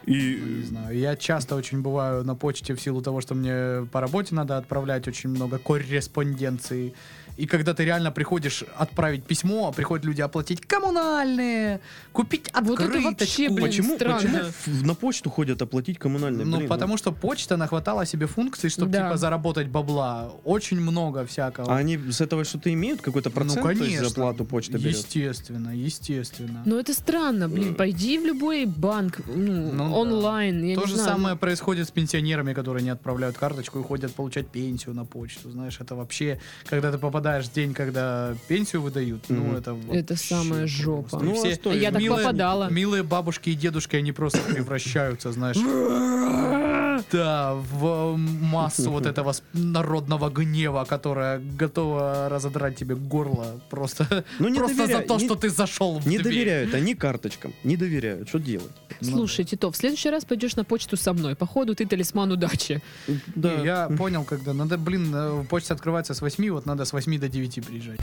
[SPEAKER 1] Не
[SPEAKER 2] И
[SPEAKER 1] знаю. Я часто очень бываю на почте в силу того, что мне по работе надо отправлять очень много корреспонденции. И когда ты реально приходишь отправить письмо, а приходят люди оплатить коммунальные, купить
[SPEAKER 3] Вот это
[SPEAKER 1] открыточку.
[SPEAKER 3] вообще, блин,
[SPEAKER 2] почему,
[SPEAKER 3] странно.
[SPEAKER 2] почему ф- на почту ходят оплатить коммунальные?
[SPEAKER 1] Ну,
[SPEAKER 2] Блин,
[SPEAKER 1] потому что почта нахватала себе функций, чтобы,
[SPEAKER 3] Да.
[SPEAKER 1] типа, заработать бабла. Очень много всякого.
[SPEAKER 2] А они с этого что-то имеют? Какой-то процент
[SPEAKER 1] ну,
[SPEAKER 2] то есть,
[SPEAKER 1] конечно.
[SPEAKER 2] за плату почта берет?
[SPEAKER 1] Естественно, естественно.
[SPEAKER 3] Ну это странно, блин. Пойди в любой банк, ну,
[SPEAKER 1] Э. Ну да.
[SPEAKER 3] онлайн. Я
[SPEAKER 1] То
[SPEAKER 3] не
[SPEAKER 1] же
[SPEAKER 3] знаю.
[SPEAKER 1] самое происходит с пенсионерами, которые не отправляют карточку и ходят получать пенсию на почту. Знаешь, это вообще, когда ты попадаешь в день, когда пенсию выдают, ну
[SPEAKER 2] Мгм.
[SPEAKER 1] это
[SPEAKER 3] Это
[SPEAKER 1] вообще
[SPEAKER 3] самая жопа.
[SPEAKER 1] просто.
[SPEAKER 2] Ну, а
[SPEAKER 1] все
[SPEAKER 2] что,
[SPEAKER 3] Я так
[SPEAKER 1] милые-
[SPEAKER 3] попадала.
[SPEAKER 1] Милые бабушки и дедушки, они просто превращаются, знаешь,
[SPEAKER 2] Ну,
[SPEAKER 1] да, в массу вот этого с- народного гнева, которая готова разодрать тебе горло просто,
[SPEAKER 2] Ну, не
[SPEAKER 1] просто за
[SPEAKER 2] доверяй,
[SPEAKER 1] то,
[SPEAKER 2] не-
[SPEAKER 1] что ты зашел в
[SPEAKER 2] Не
[SPEAKER 1] дверь.
[SPEAKER 2] доверяют они карточкам, не доверяют. Что делать?
[SPEAKER 1] Ну
[SPEAKER 3] Слушай, Титов, в следующий раз пойдешь на почту со мной. Походу, ты талисман удачи.
[SPEAKER 2] Да.
[SPEAKER 1] Не, Я понял, когда надо, блин, э, почта открывается с 8, вот надо с 8 до 9 приезжать.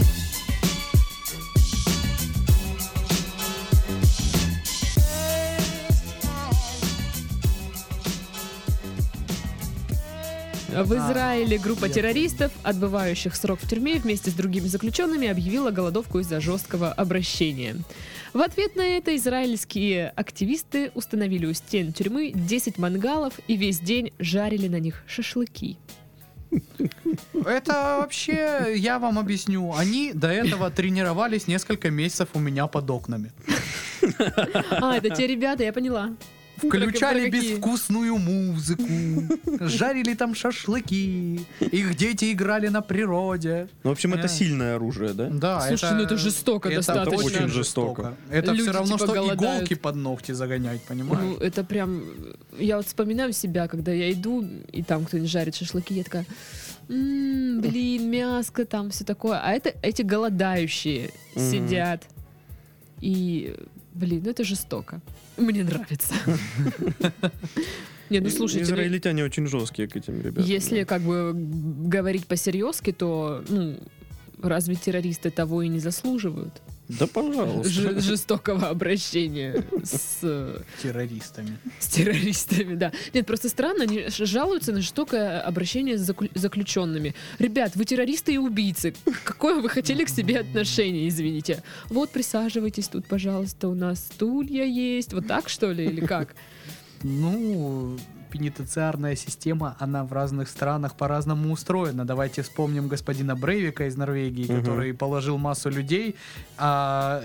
[SPEAKER 3] В
[SPEAKER 1] А,
[SPEAKER 3] Израиле группа
[SPEAKER 1] я
[SPEAKER 3] террористов, отбывающих срок в тюрьме вместе с другими заключенными, объявила голодовку из-за жесткого обращения. В ответ на это израильские активисты установили у стен тюрьмы 10 мангалов и весь день жарили на них шашлыки.
[SPEAKER 1] Это вообще, я вам объясню, они до этого тренировались несколько месяцев у меня под окнами.
[SPEAKER 3] А, это те ребята, я поняла.
[SPEAKER 1] Включали
[SPEAKER 3] Про- про какие?
[SPEAKER 1] безвкусную музыку, жарили там шашлыки, их дети играли на природе.
[SPEAKER 2] Ну, в общем, это
[SPEAKER 1] Я-
[SPEAKER 2] сильное оружие, да?
[SPEAKER 1] Да,
[SPEAKER 3] Слушай, ну это жестоко достаточно.
[SPEAKER 2] Это очень жестоко.
[SPEAKER 1] Это
[SPEAKER 3] Люди,
[SPEAKER 1] все равно,
[SPEAKER 3] типа,
[SPEAKER 1] что
[SPEAKER 3] голодают.
[SPEAKER 1] иголки под ногти загонять,
[SPEAKER 3] Ну,
[SPEAKER 1] понимаешь?
[SPEAKER 3] это прям... Я вот вспоминаю себя, когда я иду, и там кто-нибудь жарит шашлыки, я такая... «М, блин, мяско там, все такое. А это эти голодающие
[SPEAKER 2] Мгм.
[SPEAKER 3] сидят. И, блин, ну это жестоко. Мне нравится. Не, ну
[SPEAKER 2] И-
[SPEAKER 3] слушайте, ну,
[SPEAKER 2] Израильтяне очень жесткие к этим ребятам.
[SPEAKER 3] если как бы говорить по-серьезки, то, ну, разве террористы того и не заслуживают?
[SPEAKER 2] Да, пожалуйста.
[SPEAKER 3] Ж- жестокого обращения с э,
[SPEAKER 1] Террористами.
[SPEAKER 3] С террористами, да. Нет, просто странно, они ш- жалуются на жестокое обращение с заклю- заключенными. Ребят, вы террористы и убийцы. Какое вы хотели к себе отношение, извините. Вот, присаживайтесь тут, пожалуйста, у нас стулья есть. Вот так, что ли, или как?
[SPEAKER 1] Ну, пенитенциарная система, она в разных странах по-разному устроена. Давайте вспомним господина Брейвика из Норвегии,
[SPEAKER 2] Мгм.
[SPEAKER 1] который положил массу людей, а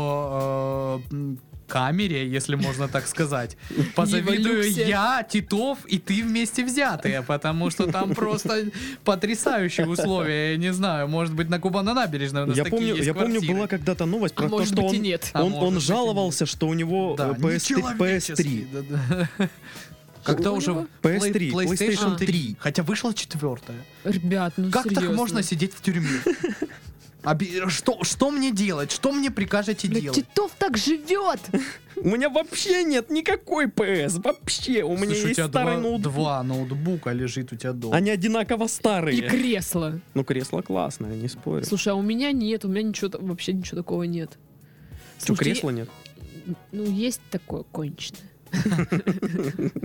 [SPEAKER 1] его э, м, камере, если можно так сказать, позавидую
[SPEAKER 3] люксе.
[SPEAKER 1] я, Титов и ты вместе взятые, потому что там просто потрясающие условия. Я не знаю, может быть, на Кубана-набережной у нас
[SPEAKER 2] Я
[SPEAKER 1] такие
[SPEAKER 2] помню,
[SPEAKER 1] есть
[SPEAKER 2] я помню,
[SPEAKER 1] квартиры.
[SPEAKER 2] была когда-то новость
[SPEAKER 3] А
[SPEAKER 2] про то,
[SPEAKER 3] может
[SPEAKER 2] что
[SPEAKER 3] быть и
[SPEAKER 2] он,
[SPEAKER 3] нет.
[SPEAKER 1] А
[SPEAKER 2] он,
[SPEAKER 1] может
[SPEAKER 2] он
[SPEAKER 1] быть и
[SPEAKER 2] жаловался, что у него
[SPEAKER 1] Да,
[SPEAKER 2] э, PS3,
[SPEAKER 1] нечеловеческий,
[SPEAKER 2] PS3.
[SPEAKER 1] да-да. Когда
[SPEAKER 3] у
[SPEAKER 1] уже
[SPEAKER 3] него?
[SPEAKER 2] PS3,
[SPEAKER 1] Play-
[SPEAKER 2] PlayStation
[SPEAKER 1] PlayStation
[SPEAKER 2] 3.
[SPEAKER 1] 3. Хотя вышла четвертая.
[SPEAKER 3] Ребят, ну
[SPEAKER 1] Как так
[SPEAKER 3] серьезно.
[SPEAKER 1] можно сидеть в тюрьме? Оби- Что, что мне делать? Что мне прикажете
[SPEAKER 3] Блядь,
[SPEAKER 1] делать?
[SPEAKER 3] Титов так живет!
[SPEAKER 2] У меня вообще нет никакой PS, вообще. У меня
[SPEAKER 1] Слушай, у
[SPEAKER 2] есть
[SPEAKER 1] тебя
[SPEAKER 2] старый
[SPEAKER 1] два,
[SPEAKER 2] ноутбук.
[SPEAKER 1] два ноутбука лежит у тебя дома.
[SPEAKER 2] Они одинаково
[SPEAKER 3] И
[SPEAKER 2] старые.
[SPEAKER 3] кресло.
[SPEAKER 2] Ну, кресло классное, не спорю.
[SPEAKER 3] Слушай, а у меня нет, у меня ничего та- вообще ничего такого нет.
[SPEAKER 2] Что,
[SPEAKER 3] Слушайте,
[SPEAKER 2] кресла нет?
[SPEAKER 3] я- Ну, есть такое конченое.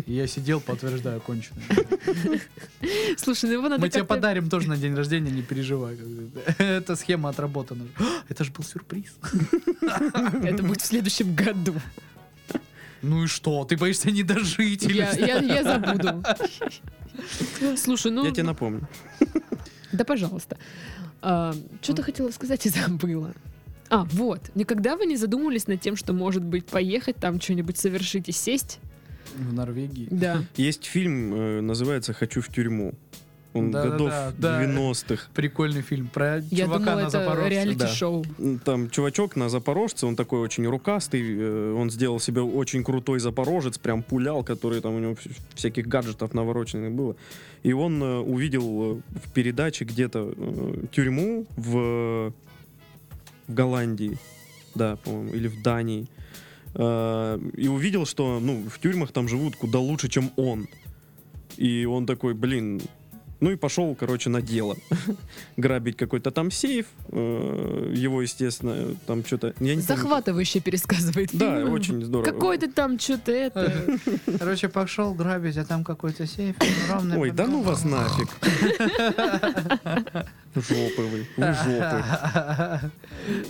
[SPEAKER 1] Я сидел, подтверждаю, кончено.
[SPEAKER 3] Слушай, ну его надо
[SPEAKER 1] Мы тебе
[SPEAKER 3] как-то-
[SPEAKER 1] подарим тоже на день рождения, не переживай. как бы. Эта схема отработана. А, Это же был сюрприз.
[SPEAKER 3] Это будет в следующем году.
[SPEAKER 1] Ну и что? Ты боишься не дожить? или
[SPEAKER 3] Я,
[SPEAKER 1] что?
[SPEAKER 3] я- я забуду. Слушай, ну,
[SPEAKER 2] Я тебе напомню.
[SPEAKER 3] да пожалуйста. Что-то хотела сказать и забыла. А, вот. Никогда вы не задумывались над тем, что, может быть, поехать там что-нибудь совершить и сесть?
[SPEAKER 1] В Норвегии.
[SPEAKER 3] Да.
[SPEAKER 2] Есть фильм, э, называется «Хочу в тюрьму». Он
[SPEAKER 1] Да-да-да,
[SPEAKER 2] годов
[SPEAKER 1] да.
[SPEAKER 2] 90-х.
[SPEAKER 1] Прикольный фильм про
[SPEAKER 3] Я
[SPEAKER 1] чувака
[SPEAKER 3] думала,
[SPEAKER 1] на
[SPEAKER 3] это
[SPEAKER 1] Запорожце. Да.
[SPEAKER 3] реалити-шоу.
[SPEAKER 2] Там чувачок на запорожце, он такой очень рукастый, э, он сделал себе очень крутой запорожец, прям пулял, который там у него вс- всяких гаджетов навороченных было. И он э, увидел э, в передаче где-то э, тюрьму в, в Голландии, да, по-моему, или в Дании. Э, И увидел, что ну, в тюрьмах там живут куда лучше, чем он. И он такой, блин, ну и пошел, короче, на дело. грабить какой-то там сейф. э, Его, естественно, там что-то... Я не помню.
[SPEAKER 3] Захватывающе пересказывает
[SPEAKER 2] Да,
[SPEAKER 3] фильм.
[SPEAKER 2] очень здорово.
[SPEAKER 3] Какой ты там что-то
[SPEAKER 1] Э.
[SPEAKER 3] это?
[SPEAKER 4] Короче, пошел грабить, а там какой-то сейф. ровно
[SPEAKER 2] Ой, да ну вас нафиг. Жопы вы, вы жопы.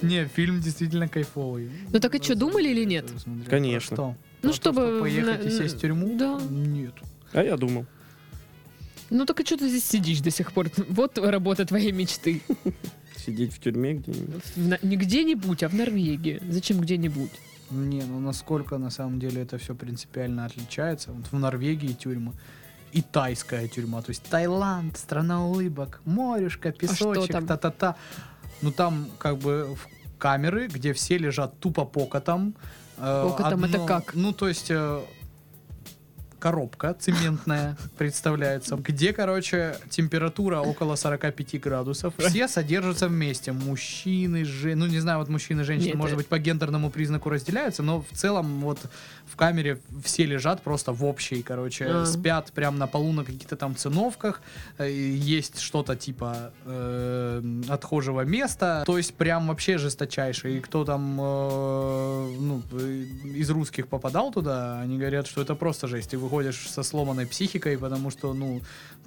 [SPEAKER 1] Не, фильм действительно кайфовый.
[SPEAKER 3] Ну так и чё, думали или нет?
[SPEAKER 1] Смотря про
[SPEAKER 2] Конечно.
[SPEAKER 1] что.
[SPEAKER 3] Ну,
[SPEAKER 1] Про то,
[SPEAKER 3] чтобы в-
[SPEAKER 1] поехать и сесть в тюрьму?
[SPEAKER 3] Да.
[SPEAKER 1] Нет.
[SPEAKER 2] А я думал.
[SPEAKER 3] Ну так и что ты здесь сидишь до сих пор? Вот работа твоей мечты.
[SPEAKER 2] Сидеть в тюрьме где-нибудь.
[SPEAKER 3] В На- Не где-нибудь, а в Норвегии. Зачем где-нибудь?
[SPEAKER 1] Не, ну насколько на самом деле это все принципиально отличается. Вот в Норвегии тюрьма и тайская тюрьма. То есть Таиланд, страна улыбок, морюшка, песочек,
[SPEAKER 3] А там?
[SPEAKER 1] та-та-та. Ну там как бы в- камеры, где все лежат тупо покотом. Э,
[SPEAKER 3] Покотом это как?
[SPEAKER 1] Ну то есть э, коробка цементная представляется, где, короче, температура около 45 градусов. Все содержатся вместе. Мужчины, женщины. Ну, не знаю, вот мужчины, женщины,
[SPEAKER 3] Нет,
[SPEAKER 1] может
[SPEAKER 3] э.
[SPEAKER 1] быть, по гендерному признаку разделяются, но в целом вот в камере все лежат просто в общей, короче,
[SPEAKER 3] А.
[SPEAKER 1] спят прям на полу на каких-то там циновках. э, Есть что-то типа э, отхожего места. То есть прям вообще жесточайший. И кто там э, ну, э, из русских попадал туда, они говорят, что это просто жесть. Ты выходишь со сломанной психикой, потому что, ну,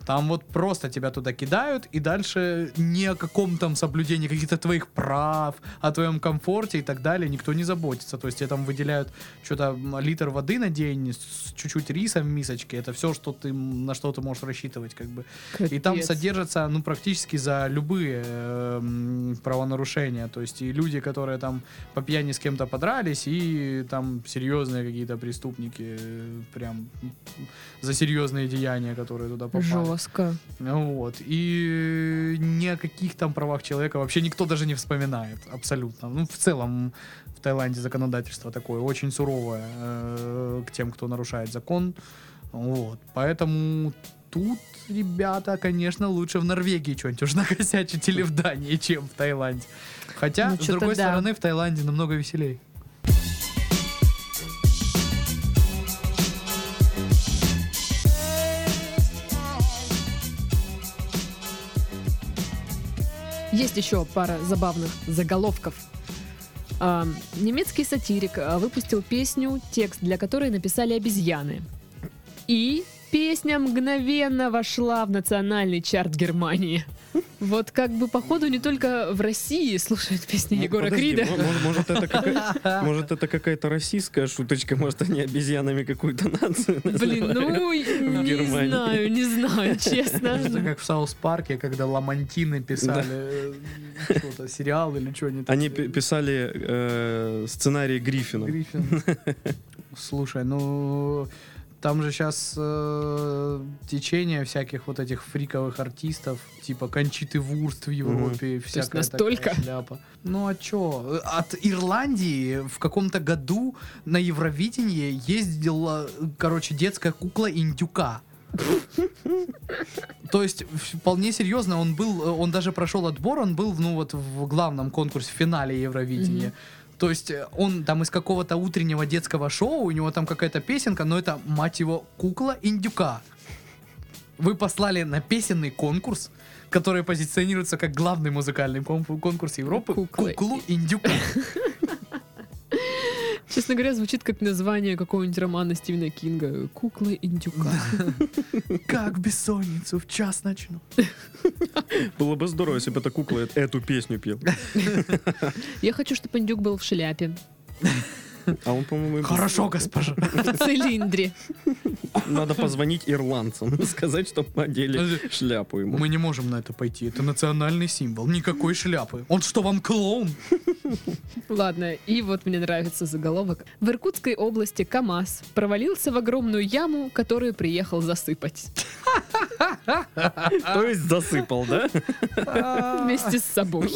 [SPEAKER 1] там вот просто тебя туда кидают, и дальше ни о каком там соблюдении каких-то твоих прав, о твоем комфорте и так далее никто не заботится. То есть тебе там выделяют что-то литр воды на день с чуть-чуть риса в мисочке. Это все, что ты, м, на что ты можешь рассчитывать, как бы. И там
[SPEAKER 3] Капец.
[SPEAKER 1] содержатся, ну, практически за любые эм, правонарушения. То есть и люди, которые там по пьяни с кем-то подрались, и там серьезные какие-то преступники, э, прям м, за серьезные деяния, которые туда попали.
[SPEAKER 3] Жестко.
[SPEAKER 1] Ну Вот. И ни о каких там правах человека вообще никто даже не вспоминает. Абсолютно. Ну, в целом, в Таиланде законодательство такое очень суровое э, к тем, кто нарушает закон. Вот. Поэтому тут, ребята, конечно, лучше в Норвегии что-нибудь уж накосячить или в Дании, чем в Таиланде. Хотя,
[SPEAKER 3] Ну,
[SPEAKER 1] с
[SPEAKER 3] чё-то
[SPEAKER 1] другой
[SPEAKER 3] да.
[SPEAKER 1] стороны, в Таиланде намного веселее.
[SPEAKER 3] Есть еще пара забавных заголовков. А, Немецкий сатирик а, выпустил песню, текст для которой написали обезьяны. И песня мгновенно вошла в национальный чарт Германии. Вот как бы, походу, не только в России слушают песни
[SPEAKER 2] Ну,
[SPEAKER 3] Егора
[SPEAKER 2] подожди,
[SPEAKER 3] Крида.
[SPEAKER 2] мо- мо- Может, это какая- может, это какая-то российская шуточка, может, они обезьянами какую-то нацию
[SPEAKER 3] Блин,
[SPEAKER 2] называют.
[SPEAKER 3] ну, не
[SPEAKER 2] Германии.
[SPEAKER 3] знаю, не знаю, честно.
[SPEAKER 1] Это как в Саус-парке, когда ламантины писали э, что-то, сериал или что-нибудь.
[SPEAKER 2] Они пи- писали э, сценарий Гриффина.
[SPEAKER 1] Гриффин. Слушай, ну там же сейчас течение всяких вот этих фриковых артистов, типа Кончиты Вурст в Европе, всякая
[SPEAKER 3] есть
[SPEAKER 1] такая
[SPEAKER 3] настолько?
[SPEAKER 1] шляпа. Ну а чё? От Ирландии в каком-то году на Евровидении ездила, короче, детская кукла Индюка. То есть вполне серьезно, он был, э, он даже прошел отбор, он был, ну вот в главном конкурсе, в финале Евровидения. То есть э, он там из какого-то утреннего детского шоу, у него там какая-то песенка, но это, мать его, кукла индюка. Вы послали на песенный конкурс, который позиционируется как главный музыкальный кон- конкурс Европы,
[SPEAKER 3] Куклы.
[SPEAKER 1] куклу индюка.
[SPEAKER 3] Честно говоря, звучит как название какого-нибудь романа Стивена Кинга «Куклы индюка».
[SPEAKER 1] Как бессонницу в час начну.
[SPEAKER 2] Было бы здорово, если бы эта кукла э- эту песню пела.
[SPEAKER 3] Я хочу, чтобы индюк был в шляпе.
[SPEAKER 2] А он, по-моему, им-
[SPEAKER 1] Хорошо, госпожа.
[SPEAKER 3] в цилиндре.
[SPEAKER 2] Надо позвонить ирландцам, сказать, чтобы
[SPEAKER 3] Ну,
[SPEAKER 2] одели
[SPEAKER 1] Подожди.
[SPEAKER 2] шляпу ему.
[SPEAKER 1] Мы не можем на это пойти. Это национальный символ. Никакой шляпы. Он что, вам клоун?
[SPEAKER 3] Ладно, и вот мне нравится заголовок. В Иркутской области КАМАЗ провалился в огромную яму, которую приехал засыпать. а
[SPEAKER 2] То есть засыпал, да?
[SPEAKER 1] А,
[SPEAKER 3] Вместе с собой.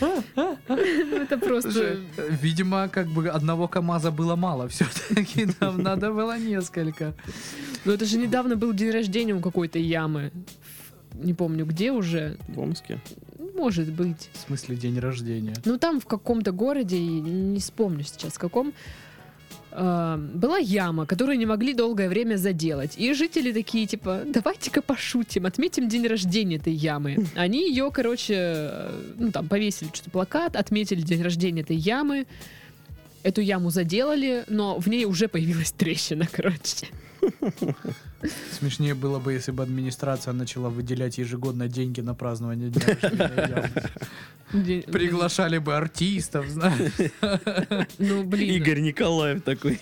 [SPEAKER 3] Ну, Это просто...
[SPEAKER 1] Видимо, как бы одного КАМАЗа было мало все-таки. Нам надо было несколько.
[SPEAKER 3] Ну это же недавно был день рождения у какой-то ямы. Не помню, где уже.
[SPEAKER 2] В Омске.
[SPEAKER 3] Может быть.
[SPEAKER 1] В смысле, день рождения.
[SPEAKER 3] Ну там в каком-то городе, и не вспомню сейчас в каком, э, была яма, которую не могли долгое время заделать. И жители такие, типа, давайте-ка пошутим, отметим день рождения этой ямы. Они ее, короче, э, ну там повесили что-то плакат, отметили день рождения этой ямы. Эту яму заделали, но в ней уже появилась трещина, короче.
[SPEAKER 1] Смешнее было бы, если бы администрация начала выделять ежегодно деньги на празднование дня рождения. Ямы.
[SPEAKER 3] День-
[SPEAKER 1] Приглашали бы артистов, знаешь.
[SPEAKER 3] Ну, блин.
[SPEAKER 2] Игорь Николаев такой.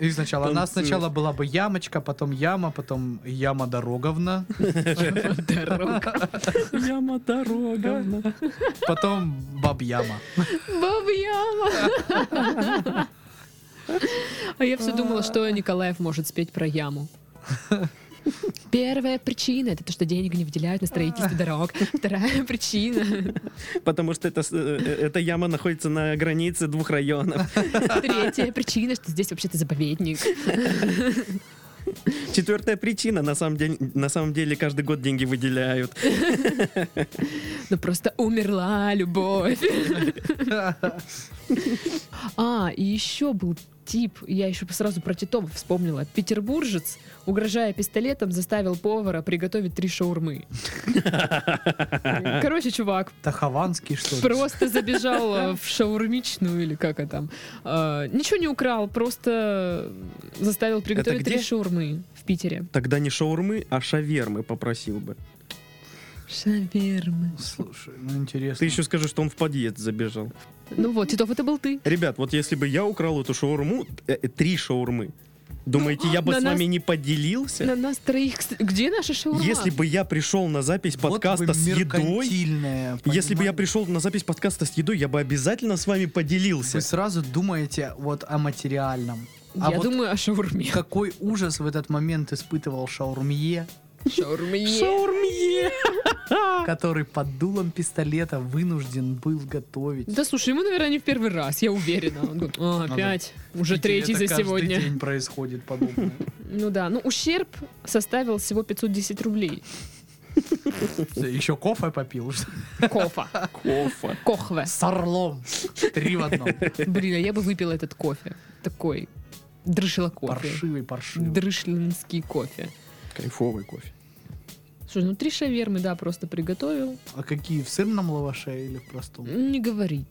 [SPEAKER 1] И сначала, она
[SPEAKER 2] Танцует.
[SPEAKER 1] сначала была бы ямочка, потом яма, потом яма дороговна,
[SPEAKER 3] Дорога.
[SPEAKER 2] Яма дорога.
[SPEAKER 1] потом баб яма.
[SPEAKER 3] Баба-яма. А я все думала, что Николаев может спеть про яму. Первая причина это то, что денег не выделяют на строительство дорог. Вторая причина.
[SPEAKER 2] Потому что это, с- э, э, эта яма находится на границе двух районов.
[SPEAKER 3] Третья причина, что здесь вообще-то заповедник.
[SPEAKER 2] Четвертая причина, на самом деле, на самом деле каждый год деньги выделяют.
[SPEAKER 3] Ну просто умерла любовь. А, и еще был тип, я еще сразу про Титова вспомнила. Петербуржец, угрожая пистолетом, заставил повара приготовить три шаурмы. Короче, чувак,
[SPEAKER 1] Тахованский, что ли?
[SPEAKER 3] Просто забежал э, в шаурмичную или как это там. Э, Ничего не украл, просто заставил приготовить
[SPEAKER 2] где?
[SPEAKER 3] три шаурмы в Питере.
[SPEAKER 2] Тогда не шаурмы, а шавермы попросил бы.
[SPEAKER 3] Шавермы.
[SPEAKER 1] Слушай, ну интересно.
[SPEAKER 2] Ты еще скажи, что он в подъезд забежал.
[SPEAKER 3] Ну вот, Титов, это был ты.
[SPEAKER 2] Ребят, вот если бы я украл эту шаурму, э, э, три шаурмы, думаете, я бы
[SPEAKER 3] на
[SPEAKER 2] с
[SPEAKER 3] нас-
[SPEAKER 2] вами не поделился?
[SPEAKER 3] На нас троих... кс- Где наша шаурма?
[SPEAKER 2] Если бы я пришел на запись
[SPEAKER 1] Вот
[SPEAKER 2] подкаста
[SPEAKER 1] вы
[SPEAKER 2] с едой,
[SPEAKER 1] меркантильная,
[SPEAKER 2] если бы я
[SPEAKER 1] понимаете?
[SPEAKER 2] пришел на запись подкаста с едой, я бы обязательно с вами поделился.
[SPEAKER 1] Вы сразу думаете вот о материальном. А
[SPEAKER 3] Я
[SPEAKER 1] вот
[SPEAKER 3] думаю о шаурме.
[SPEAKER 1] какой ужас в этот момент испытывал шаурмье,
[SPEAKER 3] Шаурме.
[SPEAKER 2] Шаурмье!
[SPEAKER 1] который под дулом пистолета вынужден был готовить.
[SPEAKER 3] Да слушай, ему, наверное, не в первый раз, я уверена. Он говорит, «А,
[SPEAKER 1] да.
[SPEAKER 3] опять, уже
[SPEAKER 1] Видите,
[SPEAKER 3] третий
[SPEAKER 1] это
[SPEAKER 3] за
[SPEAKER 1] каждый
[SPEAKER 3] сегодня.
[SPEAKER 1] день происходит подобное.
[SPEAKER 3] Ну да, ну ущерб составил всего 510 рублей.
[SPEAKER 1] Еще кофе попил. что ли?
[SPEAKER 3] Кофа.
[SPEAKER 2] Кофа.
[SPEAKER 3] Кохве.
[SPEAKER 1] С орлом. Три в одном.
[SPEAKER 3] Блин, а я бы выпила этот кофе. Такой дрышила кофе.
[SPEAKER 1] Паршивый, паршивый.
[SPEAKER 3] Дрышлинский кофе.
[SPEAKER 2] Кайфовый кофе.
[SPEAKER 3] Слушай, ну три шавермы, да, просто приготовил.
[SPEAKER 1] А какие, в сырном лаваше или в простом?
[SPEAKER 3] Не говорит.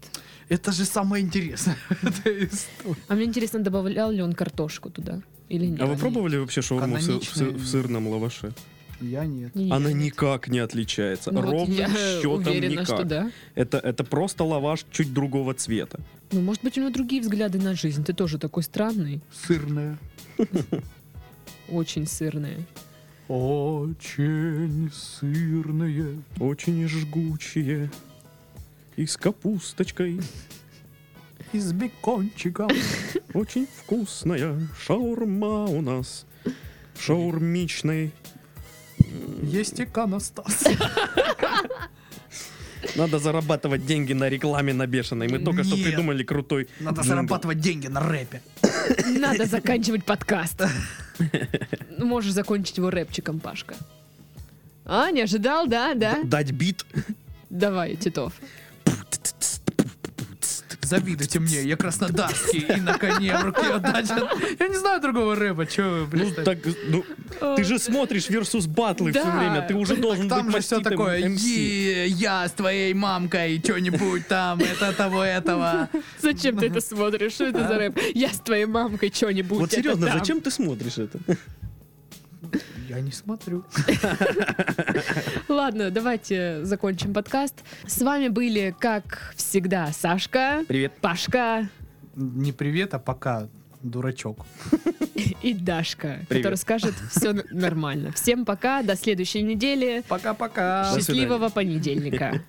[SPEAKER 1] Это же самое интересное. в этой истории.
[SPEAKER 3] А мне интересно, добавлял ли он картошку туда или нет.
[SPEAKER 2] А вы пробовали вообще шаурму в, сы- в сы-
[SPEAKER 1] Каноничная.
[SPEAKER 2] в сырном лаваше?
[SPEAKER 1] Я нет.
[SPEAKER 3] Не
[SPEAKER 2] Она
[SPEAKER 3] ехали.
[SPEAKER 2] никак не отличается.
[SPEAKER 3] Ну вот
[SPEAKER 2] Ровным
[SPEAKER 3] я
[SPEAKER 2] счетом
[SPEAKER 3] уверена,
[SPEAKER 2] никак.
[SPEAKER 3] что да.
[SPEAKER 2] это, это просто лаваш чуть другого цвета.
[SPEAKER 3] Ну, может быть, у него другие взгляды на жизнь. Ты тоже такой странный,
[SPEAKER 1] Сырное.
[SPEAKER 3] очень сырный.
[SPEAKER 1] Очень сырное.
[SPEAKER 2] Очень жгучие. И с капусточкой.
[SPEAKER 1] И с бекончиком.
[SPEAKER 2] Очень вкусная шаурма у нас. Шаурмичный.
[SPEAKER 1] Есть иконостас.
[SPEAKER 2] Надо зарабатывать деньги на рекламе на бешеной. Мы только что
[SPEAKER 1] Нет.
[SPEAKER 2] придумали крутой
[SPEAKER 1] Надо
[SPEAKER 2] джингл.
[SPEAKER 1] зарабатывать деньги на рэпе.
[SPEAKER 3] Надо заканчивать подкаст. Ну, Можешь закончить его рэпчиком, Пашка. А, не ожидал, да, да.
[SPEAKER 2] Дать бит.
[SPEAKER 3] Давай, Титов.
[SPEAKER 1] Завидуйте мне, я краснодарский и на коне в руке отдать. Я не знаю другого рэпа, чё вы,
[SPEAKER 2] Ну,
[SPEAKER 1] блин.
[SPEAKER 2] так, ну, ты же смотришь версус батлы все
[SPEAKER 3] Да.
[SPEAKER 2] время. Ты уже должен
[SPEAKER 1] Там
[SPEAKER 2] быть эм
[SPEAKER 1] же все
[SPEAKER 2] маститым
[SPEAKER 1] такое,
[SPEAKER 2] MC.
[SPEAKER 1] «Е, я с твоей мамкой, что-нибудь там, это того, этого.
[SPEAKER 3] Зачем ты это смотришь? Что это за рэп? Я с твоей мамкой что-нибудь.
[SPEAKER 2] А? Вот
[SPEAKER 3] это
[SPEAKER 2] серьезно,
[SPEAKER 3] там.
[SPEAKER 2] зачем ты смотришь это?
[SPEAKER 1] Я не смотрю.
[SPEAKER 3] Ладно, давайте закончим подкаст. С вами были, как всегда, Сашка,
[SPEAKER 2] Привет.
[SPEAKER 3] Пашка
[SPEAKER 1] не привет, а пока дурачок.
[SPEAKER 3] И Дашка,
[SPEAKER 2] Привет.
[SPEAKER 3] которая скажет все нормально. Всем пока, до следующей недели.
[SPEAKER 1] Пока-пока.
[SPEAKER 2] свидания.
[SPEAKER 3] Счастливого понедельника.